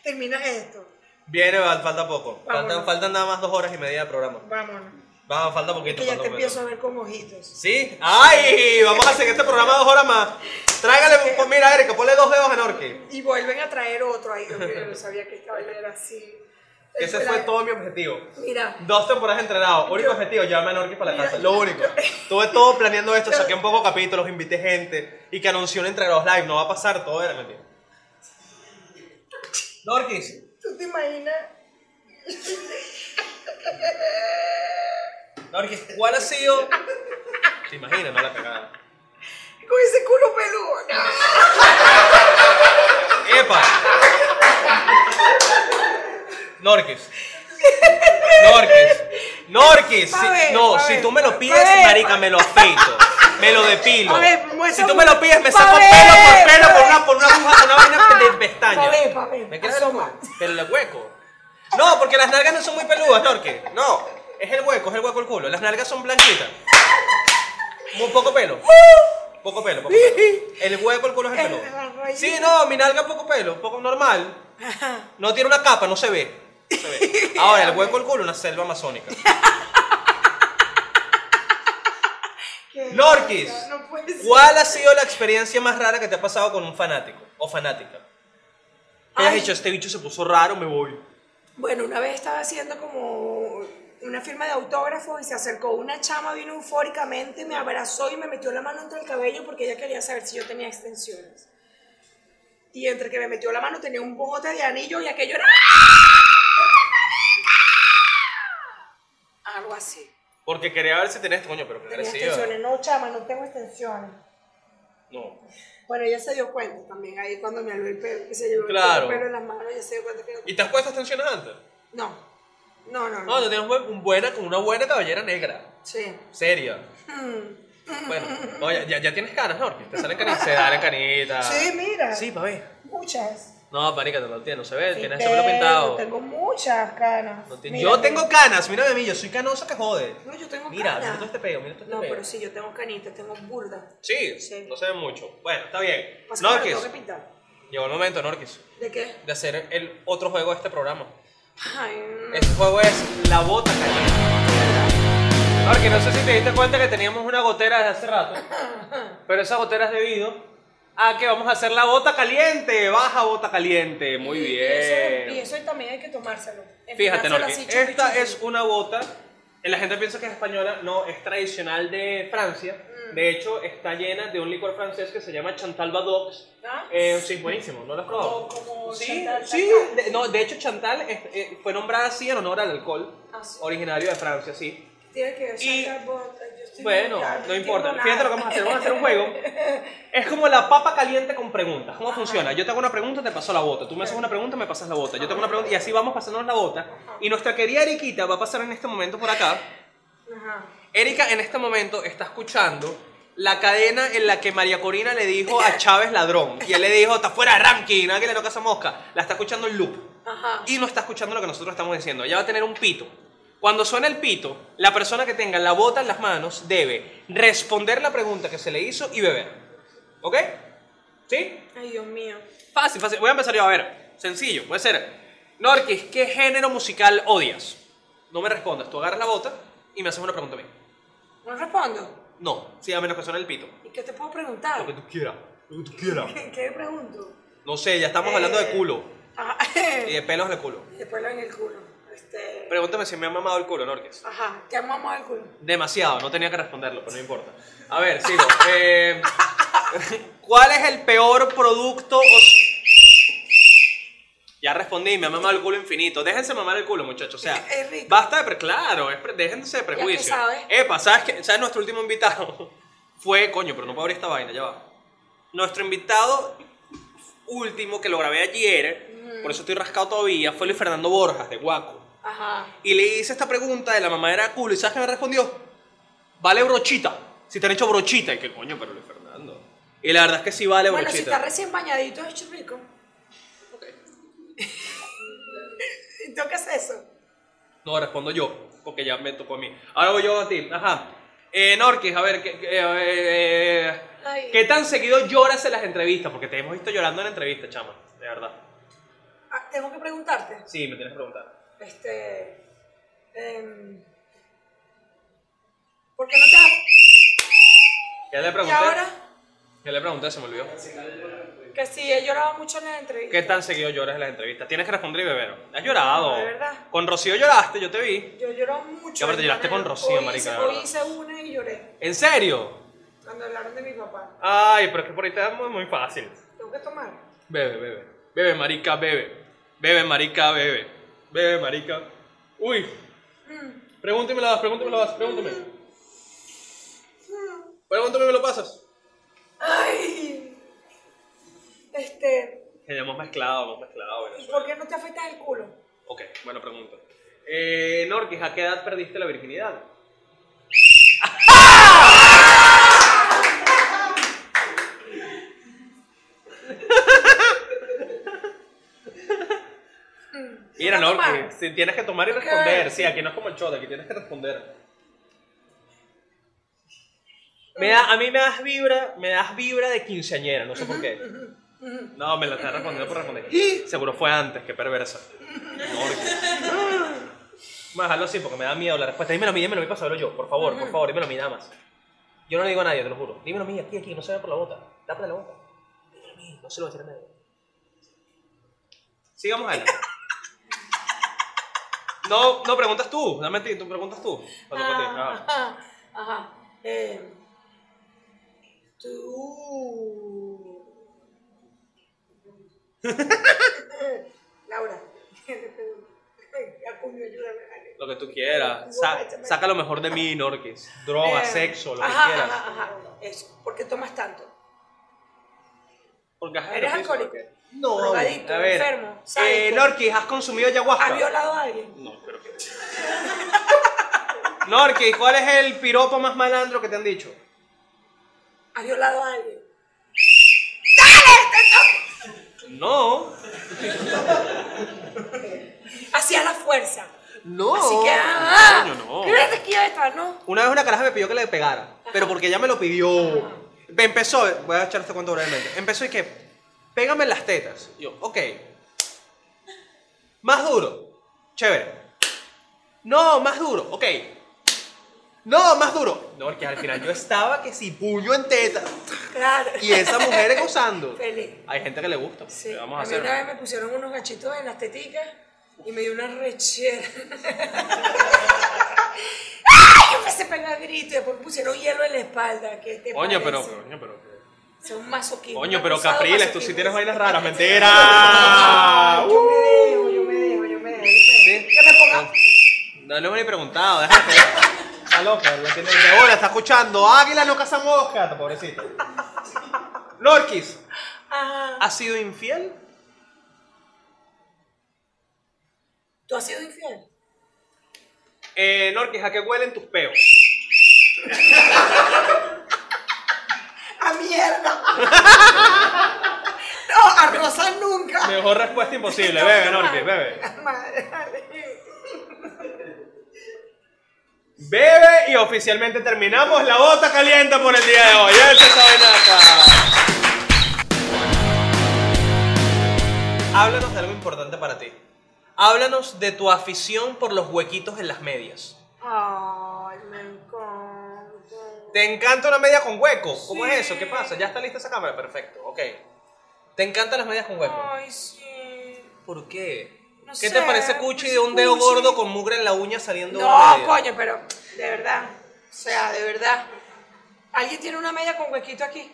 Terminas esto.
Viene, va- falta poco. Faltan,
Vámonos.
faltan nada más dos horas y media de programa.
Vámonos.
Va, falta poquito.
Que ya
falta
te
poquito.
empiezo a ver con ojitos.
¿Sí? ¡Ay! Vamos a hacer este programa dos horas más. Tráigale, pues, mira, Erika, ponle dos dedos a Norky.
Y vuelven a traer otro ahí. Dios mío, Yo no sabía que esta vaina era así.
Ese fue
Espera.
todo mi objetivo.
Mira.
Dos temporadas entrenado. Único
Yo-
objetivo, llevarme a Norky para la
Mira,
casa. Lo único. Tuve todo planeando esto,
Yo-
saqué un poco de capítulos, invité gente y que anunció un entregados live. No va a pasar, todo era mentira. Norquis.
¿Tú te imaginas?
Norquis, ¿cuál ha sido? Te imaginas, no la cagada.
Con ese culo peludo.
¡Epa! Norquis. Norquis. Norquis.
Pa'
Si-
ver,
no,
pa'
si
ver,
tú me lo
pa'
pides,
ver.
marica, me lo afeito. Me lo depilo.
Pa' ver, muestra
si tú me lo
una-
pides, me
pa'
saco
ver,
pelo por
pa' ver.
pelo, por
Ah,
una, por una aguja, por una vaina de pestaña.
Pa' ver, pa' ver.
Me queda
Asoma.
loco. Pero el hueco. No, porque las nalgas no son muy peludas, Norquis. No. Es el hueco, es el hueco el culo. Las nalgas son blanquitas. Muy poco pelo. Poco pelo, poco pelo. El hueco, el culo es el
¡Uh! El-
pelo.
la raíz.
Sí, no, mi nalga poco pelo, poco normal. No tiene una capa, no se ve. No se ve. Ahora, el hueco, el culo, una selva amazónica.
Qué
Norquis,
risa, No puede ser.
¿cuál ha sido la experiencia más rara que te ha pasado con un fanático o fanática? Que has
Ay.
dicho, este bicho se puso raro, me voy.
Bueno, una vez estaba haciendo como una firma de autógrafos y se acercó una chama, vino eufóricamente, me abrazó y me metió la mano entre el cabello porque ella quería saber si yo tenía extensiones. Y entre que me metió la mano tenía un bojote de anillo y aquello era... Algo así.
Porque quería ver si tenés, coño, pero qué
Tenía
agresiva.
extensiones. No, chama, no tengo extensiones.
No.
Bueno, ella se dio cuenta también ahí cuando me aló el pelo, que se llevó
Claro.
el pelo en las manos, ella se dio cuenta que no-
¿Y te has puesto extensiones antes?
No, no, no.
No,
no.
tú tienes un- un buena, una buena cabellera negra.
Sí.
Seria.
Mm.
Bueno, no, ya, ya, ya tienes canas, ¿no? Te salen canitas. Se salen canitas.
Sí, mira.
Sí, pa' ver.
Muchas.
No, marica, te lo entiendo, se ve, tienes el
Tengo-
pelo pintado.
Tengo muchas canas.
No te-
Mira,
yo tengo canas, mírame a mí, yo soy canoso que jode.
No, yo tengo
Mira,
canas.
mira todo este pego, mira todo este
No,
pego.
pero sí, yo tengo canitas, tengo burda.
Sí,
Sí.
no se ve mucho. Bueno, está bien.
Pasa que me lo
Norquis,
tengo que pintar.
llegó el momento, Norquis,
¿De qué?
de hacer el otro juego de este programa.
Ay, no.
Este juego es la bota cañón. Norquis, no sé si te diste cuenta que teníamos una gotera desde hace rato, pero esa gotera es debido a que vamos a hacer la bota caliente. Baja bota caliente, muy
Y
bien.
eso- Y eso, también hay que tomárselo.
Fíjate,
Enfilárselo
Norqui,
así, chupi,
esta
chupi.
es una bota. eh, La gente piensa que es española, no, es tradicional de Francia.
Mm.
De hecho, está llena de un licor francés que se llama Chantal Badox.
¿Ah?
Eh, sí, buenísimo, ¿no lo has probado?
Como- como
sí,
Chantal,
sí.
Chantal.
de- no, de hecho, Chantal es- eh, fue nombrada así en honor al alcohol
Ah, sí.
originario de Francia, sí.
Tiene que
Y-
sacar bot- ay, Dios
Bueno,
ya, no
no importa.
entiendo
Fíjate
nada.
lo que vamos a hacer. Vamos a hacer un juego. Es como la papa caliente con preguntas. ¿Cómo funciona? Yo te hago una pregunta, te paso la bota. Tú me haces una pregunta, me pasas la bota. Yo te hago una pregunta y así vamos pasándonos la bota. Y nuestra querida Eriquita va a pasar en este momento por acá.
Ajá.
Erika en este momento está escuchando la cadena en la que María Corina le dijo a Chávez ladrón. Y él le dijo, está fuera de ranking, nada que le toca esa mosca. La está escuchando en loop.
Ajá.
Y no está escuchando lo que nosotros estamos diciendo. Ella va a tener un pito. Cuando suena el pito, la persona que tenga la bota en las manos debe responder la pregunta que se le hizo y beber. ¿Ok? ¿Sí?
Ay, Dios mío.
Fácil, fácil. Voy a empezar yo a ver. Sencillo, puede ser. Norquis, ¿qué género musical odias? No me respondas. Tú agarras la bota y me haces una pregunta a mí.
No respondo.
No, sí, a menos que suene el pito.
¿Y qué te puedo
Lo que
preguntar?
tú quieras, lo que tú quieras.
¿Qué, qué pregunto? Ah,
No sé, ya estamos hablando de
Eh.
culo
Ajá.
y de pelos de culo.
Después lo en el culo. Este.
Pregúntame si me ha mamado el culo, Norques.
Ajá. ¿Te han mamado el culo?
Demasiado, no tenía que responderlo, pero no importa. A ver, sigo. Eh, ¿Cuál es el peor producto? o- Ya respondí, me ha mamado el culo infinito. Déjense mamar el culo, muchachos. O sea,
Es rico.
basta de. pre- claro, es pre- déjense de prejuicio.
sabes.
Epa, ¿sabes qué? ¿Sabes nuestro último invitado? Fue, coño, pero no puedo abrir esta vaina, ya va. Nuestro invitado último que lo grabé ayer, por eso estoy rascado todavía, fue Luis Fernando Borjas de Guaco.
Ajá.
Y le hice esta pregunta de la mamadera de culo. ¿Y sabes qué me respondió? Vale brochita. Si te han hecho brochita. Y que coño, pero Luis Fernando. Y la verdad es que sí vale
Bueno, si está
brochita.
recién bañadito es rico. ¿Tú qué es eso?
no, respondo yo. Porque ya me tocó a mí. Ahora voy yo a ti. Ajá. Eh, Norquis, a ver, ¿qué, qué- eh, eh,
Ay.
¿qué tan seguido lloras en las entrevistas? Porque te hemos visto llorando en la entrevista, chama. De verdad.
Ah, Tengo que preguntarte.
Sí, me tienes que preguntar.
Este. em, ¿Por qué no te has-
¿Qué le
¿Y
pregunté?
ahora?
¿Qué le pregunté? Se me olvidó.
Que sí, he llorado mucho en la entrevista.
¿Qué tan seguido lloras en las entrevistas? Tienes que responder y beber. ¿Has llorado?
De verdad.
Con Rocío lloraste, yo te vi.
Yo lloro mucho.
Ya, pero te lloraste
hermana.
con Rocío,
Hoy
marica,
hice-
de
Hoy
verdad.
hice una y lloré.
¿En serio?
Cuando hablaron de mi papá.
Ay, pero es que por ahí te damos muy fácil.
Tengo que tomar.
Bebe, bebe. Bebe, marica, bebe. Bebe, marica, bebe. Bebe, marica. Uy.
Mm.
Pregúnteme las, pregúnteme las, pregúnteme. Pregúntame, me lo pasas.
Ay. Este.
Que ya hemos mezclado, hemos mezclado.
¿y
Venezuela.
¿Por qué no te afectas el culo?
Ok, buena pregunta. Eh, Norquis, ¿a qué edad perdiste la virginidad? Mira,
No, tomar.
Norquis, si tienes que tomar y
Ok.
responder. Sí, aquí no es como el shot, aquí tienes que responder. Me da, a mí me das vibra, me das vibra de quinceañera, no sé por qué. No, me la está respondiendo por responder. Seguro fue antes, qué perversa. Más dejarlo así porque me da miedo la respuesta. Dímelo a mí, dímelo a mí para saberlo yo, por favor, por favor, dímelo a mí nada más. Yo no le digo a nadie, te lo juro. Dímelo a mí, aquí, aquí, no se vea por la bota. Dápale la bota. Dímelo a mí, no se lo voy a decir a nadie. Sigamos ahí. No, no preguntas tú, dame a ti, tú preguntas tú. Cuando conté,
Ah,
ah.
Ajá. Ajá. Eh, tú. Laura. Acuño, ayúdame. dale.
Lo que tú quieras. Sa- saca lo mejor de mí, Norquis. Droga,
Eh,
sexo, lo que
ajá,
quieras.
Ajá, ajá. Eso. ¿Por qué tomas tanto?
Porque, ajá,
¿Eres
lo que hizo,
alcohólico?
porque- No,
Drogadicto,
a ver.
enfermo,
Eh,
sádico.
Norquis, ¿has consumido ayahuasca?
¿Has violado a alguien?
No, pero que. Norquis, ¿cuál es el piropo más malandro que te han dicho?
¿Has violado a alguien?
No.
Hacías la fuerza.
No.
Así que. ¡Ah!
Oh, Coño, no.
¿Qué eres aquí esta, no?
Una vez una caraja me pidió que le pegara, pero porque ella me lo pidió. Empezó, voy a echar este cuento brevemente. Empezó y que, pégame en las tetas. Yo, ok. Más duro. Chévere. No, más duro. Ok. No, más duro. No, porque al final yo estaba que si puño en teta
Claro.
y esa mujer gozando.
Feliz.
Hay gente que le gusta. pues,
Sí.
¿qué vamos a
a mí una vez
hacer.
me pusieron unos gachitos en las teticas y me dio una rechera. ¡Ay! Yo empecé a pegar gritos y después me pusieron hielo en la espalda. ¿Qué te
Coño, pero,
parece?
coño, pero.
Son masoquistas.
Coño, pero
acusados
Capriles, tú sí
masoquistas.
tienes vainas raras, mentira.
Yo me dejo, yo me dejo, yo me dejo.
¿Sí?
Que me ponga.
No, no me lo he preguntado, déjate. Está loca, la tiene de bola, está escuchando. Águila no caza mosca, pobrecito. Lorquis,
Ajá.
¿has sido infiel?
¿Tú has sido infiel?
Eh, Lorquis, ¿a qué huelen tus peos?
¡A ¡Ah, mierda! no, a Rosa nunca.
Mejor respuesta imposible. Bebe, Lorquis, bebe.
Madre.
Bebe y oficialmente terminamos la bota caliente por el día de hoy. Él se sabe nada. Háblanos de algo importante para ti. Háblanos de tu afición por los huequitos en las medias.
Ay, me encanta.
¿Te encanta una media con hueco? ¿Cómo
Sí.
es eso? ¿Qué pasa? ¿Ya está lista esa cámara? Perfecto, ok. ¿Te encantan las medias con hueco?
Ay, sí.
¿Por qué?
No
¿Qué
sé,
te parece cuchi
pues,
de un dedo
cuchi.
gordo con mugre en la uña saliendo de una
No,
media?
coño, pero de verdad. O sea, de verdad. ¿Alguien tiene una media con huequito aquí?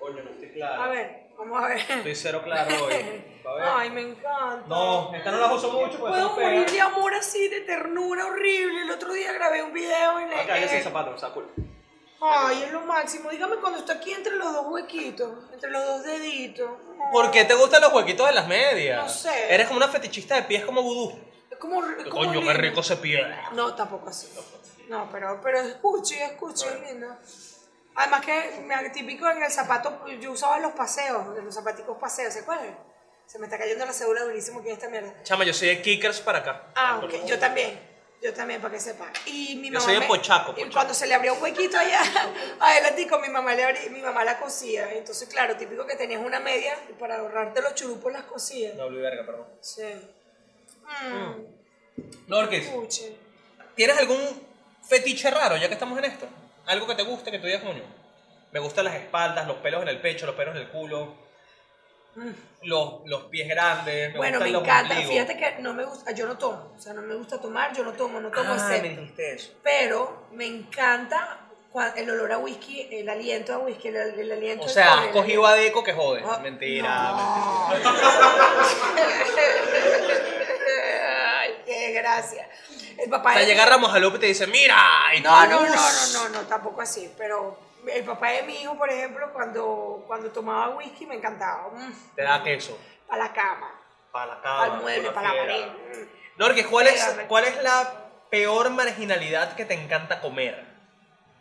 Coño, no estoy claro.
A ver, vamos a ver.
Estoy cero claro hoy. A ver.
Ay, me encanta.
No, esta no la uso mucho pues porque
Puedo
son feas.
morir de amor así, de ternura horrible. El otro día grabé un video en
Acá ya sin
el...
zapatos, está cool.
Ay, es lo máximo. Dígame cuando está aquí entre los dos huequitos, entre los dos deditos. Ay,
¿Por qué te gustan los huequitos de las medias?
No sé.
Eres como una fetichista de pies como vudú.
Es como, es como
Coño, qué
lindo.
rico ese pie.
No, tampoco así. No, pero, pero escuche, escuche, es lindo. Además que me típico en el zapato, yo usaba los paseos, los zapaticos paseos, ¿se acuerdan? Se me está cayendo la cédula durísimo que esta mierda.
Chama, yo soy de kickers para acá.
Ah, ok, yo también. Yo también, para que sepa. Y mi
Yo
mamá.
soy de
me-
pochaco,
y
pochaco.
cuando se le abrió un huequito allá, adelantico, mi mamá le abrí, mi mamá la cosía. Entonces, claro, típico que tenías una media y para ahorrarte los churupos las cosías.
Doble verga, perdón.
Sí. Mm,
Lorquis,
escuche.
¿tienes algún fetiche raro ya que estamos en esto? Algo que te guste que tú digas, coño. Me gustan las espaldas, los pelos en el pecho, los pelos en el culo,
Mm.
los, los pies grandes. Me
Bueno, me
gustan los
encanta.
ombligos.
Fíjate que no me gusta, yo no tomo. O sea, no me gusta tomar, yo no tomo, no tomo
Ah, me
excepto.
dijiste eso.
Pero me encanta cua- el olor a whisky, el aliento a whisky, el, el aliento este
O
al
sea,
alcohol,
has
el
cogido a Deco que jode.
aliento- Ah,
mentira,
no.
mentira.
Ay, qué gracia. El papá
O sea,
de-
llega Ramos Jalop y te dice, mira, y
No,
tú,
no, no,
"Ups".
no, no, no, tampoco así. Pero el papá de mi hijo, por ejemplo, cuando, cuando tomaba whisky me encantaba.
Te da queso.
a la cama,
Para la cama.
al mueble, para la pared. Mm.
Lorque, ¿cuál es,
Pégame.
¿cuál es la peor marginalidad que te encanta comer?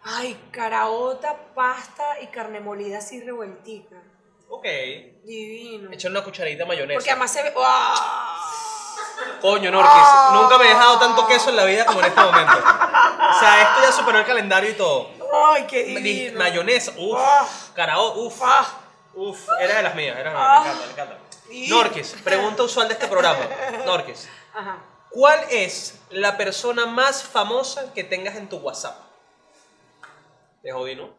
Ay, caraota, pasta y carne molida así revueltica.
Ok.
Divino.
Echar una cucharadita de mayonesa.
Porque además se ve. ¡Ah!
Coño, Norquis, nunca me he dejado tanto queso en la vida como en este momento. O sea, esto ya superó el calendario y todo.
¡Ay, qué
Me di-
divino!
Mayonesa, uff,
Ah.
carao, uff,
Ah.
uff, era de las mías, era de las mías, me encanta, me encanta.
Divino.
Norquis, pregunta usual de este programa. Norquis,
Ajá.
¿Cuál es la persona más famosa que tengas en tu WhatsApp? Te jodí, ¿no?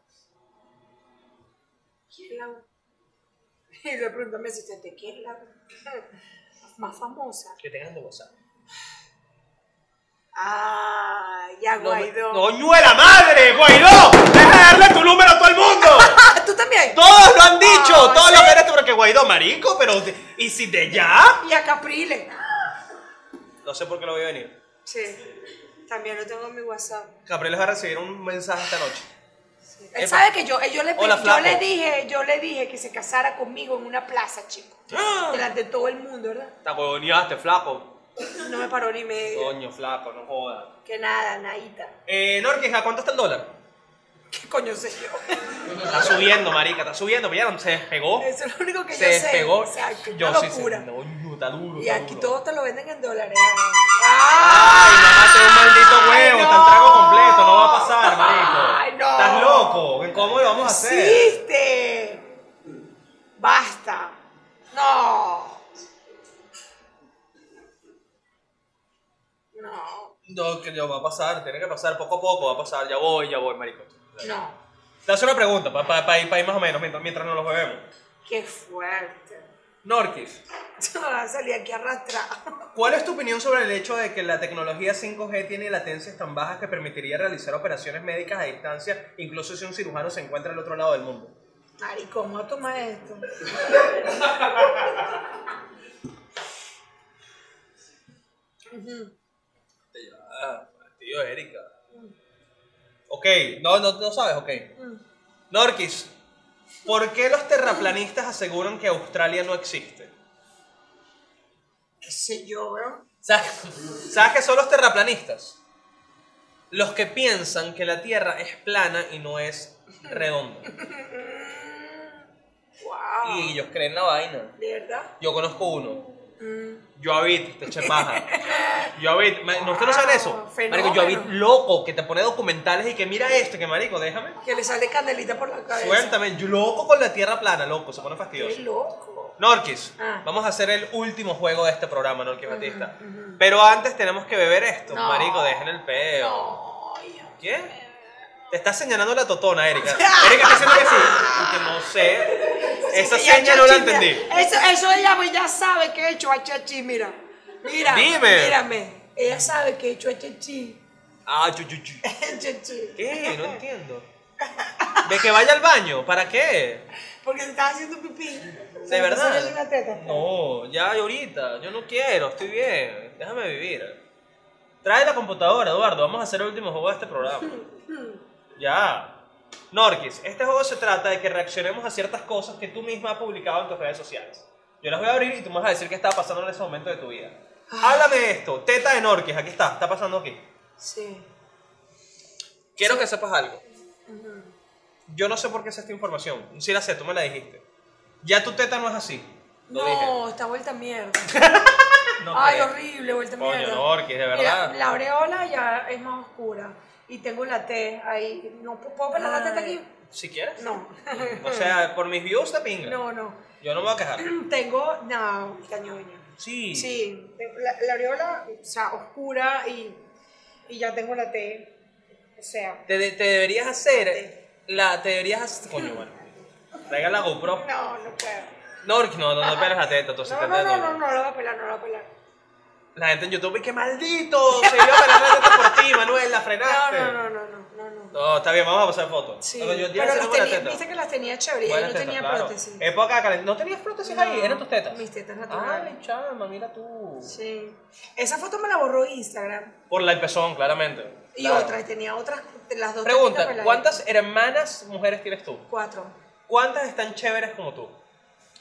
¿Quién la.? Y le pregunto a mi asistente, ¿quién es la más famosa?
Que tengas en tu WhatsApp.
¡Ah! Ya,
No,
Guaidó.
¡Coño de la madre, Guaidó! ¡Deja de darle tu número a todo el mundo!
¡Ah! ¿Tú también?
¡Todos lo han dicho!
Ah,
¡Todos
¿sí?
lo que eres tú! Porque Guaidó, marico, pero... ¿Y si de ya?
Y a Capriles.
No sé por qué lo voy a venir.
Sí. También lo tengo en mi WhatsApp.
Gabriel va a recibir un mensaje esta noche.
Él
Epa.
sabe que yo, yo, le,
Hola,
yo
flaco.
le dije, yo le dije que se casara conmigo en una plaza, chico. Delante de todo el mundo, ¿verdad?
Te huevoneaste, flaco.
No me paró ni medio.
Coño, flaco, no jodas.
Que nada, nadita.
Eh, Norquis, ¿a cuánto está el dólar?
¿Qué coño sé yo?
Está subiendo, marica, está subiendo. pero Ya no se despegó.
Eso es lo único que
se
yo sé.
despegó.
O sea, que
yo
una
sí sé.
locura.
No, no, está duro.
y
está
aquí
duro.
todos te lo venden en dólares. ¡Ah!
Ay, mamá, te un maldito
Ay,
huevo,
no.
está el trago completo, no va a pasar, marico.
Ay, no.
Estás loco, ¿cómo lo vamos a hacer?
¡Existe! ¡Basta! ¡No! No,
No, que no va a pasar, tiene que pasar, poco a poco va a pasar, ya voy, ya voy, marico.
no.
Te hace una pregunta, para ir más o menos, mientras, mientras no los bebemos.
¡Qué fuerte!
Norquis,
Salí aquí arrastrado.
¿cuál es tu opinión sobre el hecho de que la tecnología 5G tiene latencias tan bajas que permitiría realizar operaciones médicas a distancia, incluso si un cirujano se encuentra al otro lado del mundo?
Marico, ¿cómo toma esto?
Ah, tío Erika. Ok, no, no, no sabes, ok.
Mm.
Norquis, ¿por qué los terraplanistas aseguran que Australia no existe?
¿Qué sé yo, bro?
¿Sabes, ¿Sabes qué son los terraplanistas? Los que piensan que la Tierra es plana y no es redonda.
Wow.
Y ellos creen la vaina.
¿Verdad?
Yo conozco uno.
Mm.
Joavit, te eche paja. Joavit, ma- ¿no ustedes no saben eso?
Ah, Fenómeno.
Marico, Joavit loco, que te pone documentales y que mira esto, que marico, déjame.
Que le sale candelita por la cabeza.
Suéltame, yo loco con la Tierra plana, loco, se pone
Qué
fastidioso.
loco.
Norquis,
Ah.
vamos a hacer el último juego de este programa, Norquis Batista.
ujú.
Pero antes tenemos que beber esto,
No.
marico, dejen el peo.
Ay,
¿Qué? Te está señalando la totona, Erika. Erika está diciendo que sí. Y que no sé. Esa
Sí, ya
señal no la
chachi,
entendí.
mira. Eso, eso ella pues, ya sabe que he hecho a Chachi, mira. Mira.
Dime.
Mírame. Ella sabe que he hecho a Chachi.
Ah, chu, chu, chu.
Chachi.
¿Qué? No entiendo. De que vaya al baño, ¿para qué?
Porque se estaba haciendo pipí.
¿De verdad?
Una teta.
No, ya ahorita. Yo no quiero, estoy bien. Déjame vivir. Trae la computadora, Eduardo. Vamos a hacer el último juego de este programa. Ya. Norquis, este juego se trata de que reaccionemos a ciertas cosas que tú misma has publicado en tus redes sociales. Yo las voy a abrir y tú me vas a decir qué estaba pasando en ese momento de tu vida. Háblame de esto. Teta de Norquis, aquí está. Está pasando aquí.
Sí.
Quiero que sepas algo. Yo no sé por qué sé esta información. Sí la sé, tú me la dijiste. Ya tu teta no es así. Lo
No,
dije.
está vuelta mierda.
No
Ay,
creo.
horrible, vuelta
Coño,
mierda.
no, Orquis, de
Mira,
verdad.
la aureola ya es más oscura. Y tengo la T ahí. No, ¿Puedo pelar la teta aquí?
Si quieres.
No.
O sea, por mis views te pinga.
No, no.
Yo no me voy a quejar.
Tengo. No, cañoña.
Sí.
Sí, tengo la, la aureola, o sea, oscura y, y ya tengo la T. O sea,
Te, de- te deberías hacer. La, te deberías hacer. Coño, bueno. Traiga la GoPro.
no, no puedo.
No, Orquis, no, no, no pelas la teta. Entonces,
No,
te-
no, no, no, no lo voy a pelar, no lo voy a pelar.
La gente en YouTube, ¡qué maldito! Se iba a pelar la teta por ti, Manuel, la
No,
frenaste.
no, no, no, no, no, no.
No, está bien, vamos a pasar fotos.
Sí,
Pero yo ya
pero
sé
las
buena
tenía,
teta.
viste que las tenía chévere, yo
Buena
no
teta,
tenía
claro.
prótesis.
Época calen- ¿No tenías prótesis ahí?
No,
¿Eran tus tetas? Ah,
Mis tetas naturales.
Ay, chama, mira tú.
Sí. Esa foto me la borró Instagram.
Por la empezón, claramente.
Y
Claro.
otra, y tenía otras, las dos. tetitas
Pregunta,
peladas.
¿cuántas hermanas mujeres tienes tú?
Cuatro.
¿Cuántas están chéveres como tú?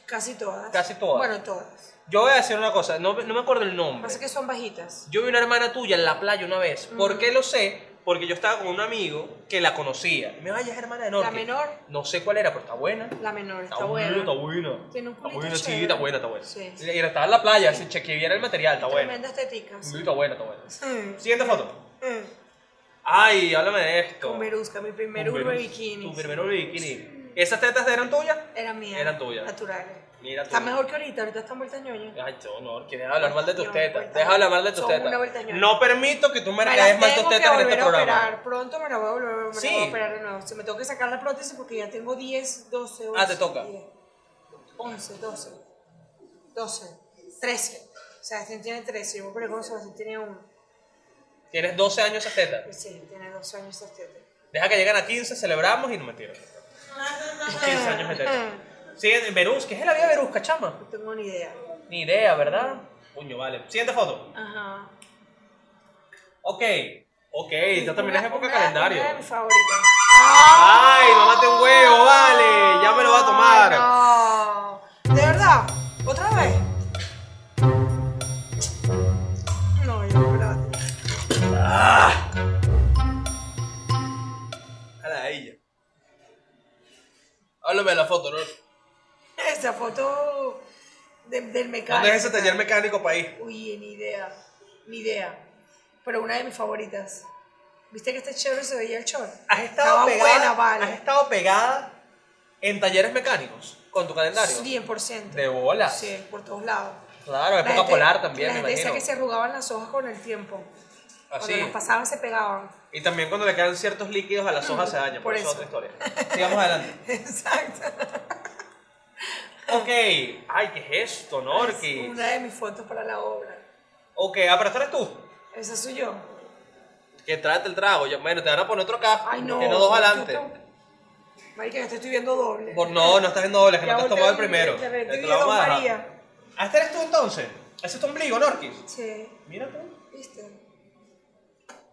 Casi todas.
Casi todas.
Bueno, todas.
Yo voy a decir una cosa, no, no me acuerdo el nombre.
Pasa Pues que son bajitas.
Yo vi una hermana tuya en la playa una vez. ¿Por qué lo sé? Porque yo estaba con un amigo que la conocía. Y Me vaya, es hermana de Norte.
La menor,
No sé cuál era, pero está buena.
la menor, está,
Está buena, está buena.
Tiene un
Está
culito
buena, sí,
chévere.
está buena, está buena.
Sí.
Y estaba en la playa, se chequeé el material, está buena.
Tremendas teticas.
Sí, Está buena, está buena.
Mm.
Siguiente foto.
Mm.
Ay, háblame de esto.
Cumerusca, mi primer
Cumerus-
urbe bikini.
Tu primer urbe bikini. ¿Esas tetas eran tuyas?
Era mía.
Eran tuyas.
Naturales.
Mira tú.
Está mejor que ahorita, ahorita están vueltas ñoñas.
Ay, yo no, que deja de hablar mal de tus
Yo,
tetas.
vuelta
Deja de hablar mal de tus
Son una vuelta
tetas.
ñoña.
No permito que tú me
Me
regañes
las
mal tus
tengo que
tetas en
volver
este
a
programa.
operar. Pronto me la voy a volver me la
Sí.
voy a operar de nuevo. Se me tengo que sacar la prótesis porque ya tengo 10, 12, 11.
Ah, te toca.
10, 11, 12, 12, 13. O sea, este tiene 13. Yo me acuerdo cómo se va tiene uno. Pues
Tienes 12 años esas tetas.
Sí, tiene 12 años esta teta.
Deja que lleguen a 15, celebramos y no me tiran. 15 años de tetas. Siguiente, Verus, ¿qué es la vida de Verusca, chama?
No tengo ni idea.
Ni idea, ¿verdad? Puño, vale. Siguiente foto.
Ajá.
Ok. Ok, esta también es
Una-
época
una-
calendario.
Una de mis favoritas.
Ay, mamate un huevo, vale. Ya me lo va a tomar.
Ay, no. De verdad, otra vez. No, yo no me la voy a tomar.
A la ella. Háblame de la foto, ¿no?
Esa foto de- del mecánico.
¿Dónde es ese taller mecánico país?
Uy, ni idea, ni idea. Pero una de mis favoritas. ¿Viste que este chévere se veía el short?
¿Has
Estaba
estado, pegada,
buena, vale.
has estado pegada en talleres mecánicos con tu calendario?
100%.
De bola.
Sí, por todos lados.
Claro, época
gente-
polar también,
La
me
gente decía
imagino. Ah,
que se arrugaban las hojas con el tiempo.
Así.
Cuando las pasaban se pegaban.
Y también cuando le quedan ciertos líquidos a las hojas se dañan,
Mm, Por
por eso es
eso.
otra historia. Sigamos adelante.
Exacto.
Ok. Ay, ¿qué es esto, Norki?
Una de mis fotos para la obra.
Ok, ah, pero esta eres tú.
Esa soy yo.
Que trate el trago. Yo- bueno, te van a poner otro acá.
Ay, no.
Tiene dos
yo
adelante.
tengo- Marica, yo te estoy viendo doble.
Por- no, no estás viendo doble, que
Ya
no te has
volteé
tomado el
y-
primero.
ya ve,
Te
estoy
lo vamos
viendo
a dejar.
María.
Ah, ¿Esta eres tú entonces? ¿Ese es tu ombligo, Norquis?
Sí,
Mira tú.
viste.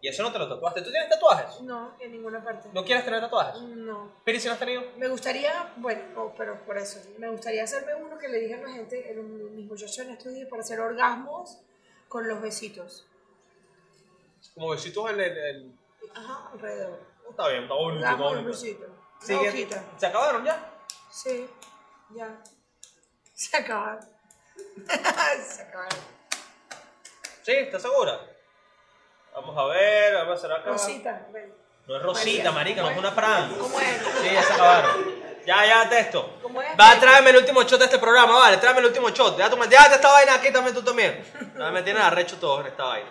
Y eso no te lo tatuaste. ¿Tú tienes tatuajes?
No, en ninguna parte.
¿No quieres tener tatuajes?
No.
Pero ¿y si no has tenido?
Me gustaría, bueno, no, pero por eso, me gustaría hacerme uno que le dije a la gente, a mis muchachos en estos días, para hacer orgasmos con los besitos.
Como besitos el, el, el- Oh,
Ajá, alrededor.
Está bien, está bonito, está
Orgasmos con
bonito.
besitos. La
Sigue.
boquita.
¿Se acabaron ya?
Sí, ya. Se acabaron. Se acabaron.
¿Sí? ¿Estás segura? Vamos a ver, vamos a hacer acá.
Rosita, ven.
No es
María.
Rosita, marica, no es una Fran.
¿Cómo es?
Sí, ya se acabaron. Ya, ya, texto.
¿Cómo es?
Va, tráeme el último shot de este programa, vale, tráeme el último shot. Ya, tú me, ya, esta vaina aquí también, tú también. No, me tienen arrecho todos en esta vaina.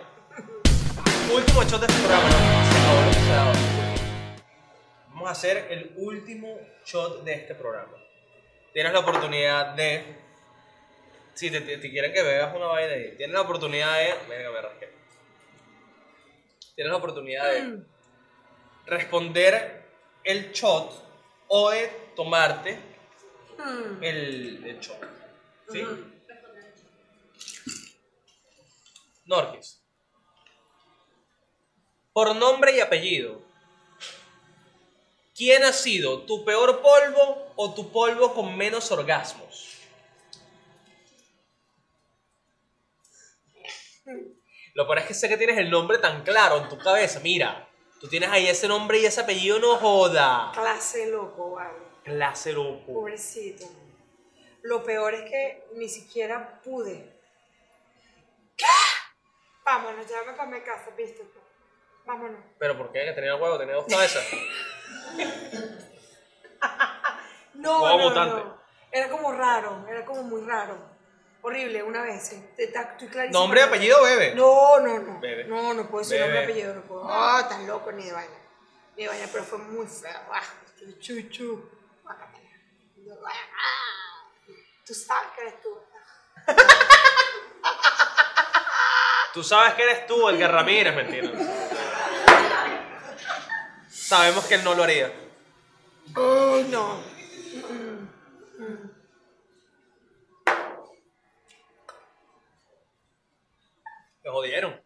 Último shot de este programa. ¿no? Se acabó lo que se daba. Vamos a hacer el último shot de este programa. Tienes la oportunidad de... Si te, te- te quieren que bebas una vaina ahí, tienes la oportunidad de... Venga, me rasqué. Tienes la oportunidad de responder el shot o de tomarte
Mm.
el, el shot. ¿Sí? Norquis. Por nombre y apellido. ¿Quién ha sido tu peor polvo o tu polvo con menos orgasmos? Lo peor es que sé que tienes el nombre tan claro en tu cabeza. Mira, tú tienes ahí ese nombre y ese apellido, no joda.
Clase loco, vale.
Clase loco.
Pobrecito. Lo peor es que ni siquiera pude. ¿Qué? Vámonos, llévame para mi casa, viste. Vámonos.
¿Pero por qué? Que tenía huevo, tenía dos cabezas.
No,
Huevo
no,
mutante.
no. Era como raro, era como muy raro. Horrible, una vez. sí. Te- ta- Estoy clarísima.
Nombre, apellido, bebé.
No, no, no.
Bebe.
No, no puedo decir
Bebe.
nombre, apellido, no puedo. Ah, tan loco, ni de vaina. Ni de vaina, pero fue muy feo. Ah, chuchu. Guácatela. Ah, Tú sabes que eres tú.
Tú sabes que eres tú el que Ramírez, mentira. Sabemos que él no lo haría.
Oh, no.
Te jodieron.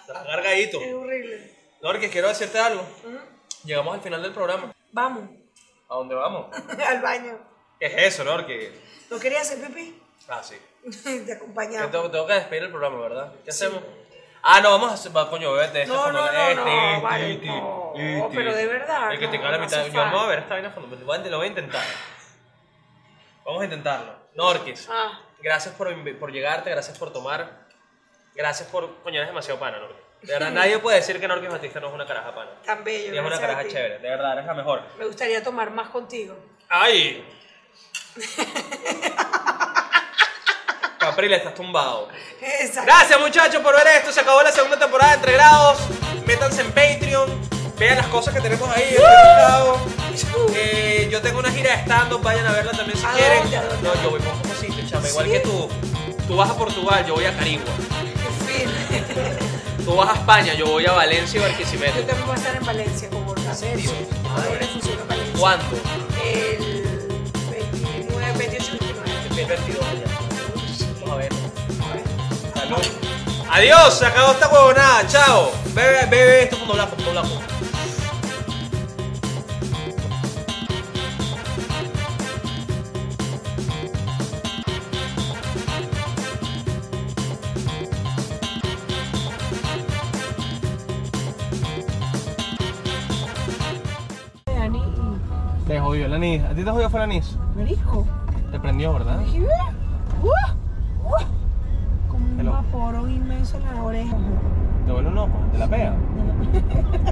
Estás cargadito.
Es horrible.
Norquis, quiero decirte algo.
¿Mm?
Llegamos al final del programa.
Vamos,
¿A dónde vamos?
al baño.
¿Qué es eso, Norquis?
¿No querías hacer pipí?
Ah, sí.
Te
Yo
acompañaba.
tengo, tengo que despedir el programa, ¿verdad? ¿Qué hacemos? Ah, no, vamos a hacer. Va, coño, bebete.
No, no, no,
Eh,
no, vale, no, pero de verdad,
El que te
no,
cae la
no
mitad.
hace
Yo, vamos a
falta.
ver esta vaina fundamental. Lo voy a intentar. Vamos a intentarlo. Norquis.
Ah,
Gracias por, invi- por llegarte, gracias por tomar. Gracias por. Coño, eres demasiado pana, Norquis. De verdad, nadie puede decir que Norquis Batista no es una caraja pana.
tan
Y
bello.
es una
gracias a
caraja
ti.
chévere, de verdad, eres la mejor.
Me gustaría tomar más contigo.
¡Ay! Capril, estás tumbado.
Exacto.
Gracias, muchachos, por ver esto. Se acabó la segunda temporada de Entre Grados. Métanse en Patreon. Vean las cosas que tenemos ahí. Entre Grados. Eh, yo tengo una gira de stand-up. Vayan a verla también si
¿A
quieren.
dónde, a dónde?
No, yo voy por otro sitio, chama. Igual
¿Sí?
que tú. Tú vas a Portugal, yo voy a Carigua.
En fin.
Tú vas a España, yo voy a Valencia y
Yo
Barquisimeto.
también voy a estar en Valencia con Borja.
serio?
Ahora en función en Valencia.
¿Cuándo?
El 29, 28, 29.
2022 ya. Vamos a ver. Salud.
Bueno.
Adiós, se acabó esta huevonada. Chao. Bebe, bebe esto con doblajo, con doblajo. Te jodió el anís. ¿A ti te jodió fue el anís?
Marisco.
Te prendió, ¿verdad?
¿Qué? Como un
Hello.
vapor inmenso en la oreja.
Te vuelve un loco, te la pega.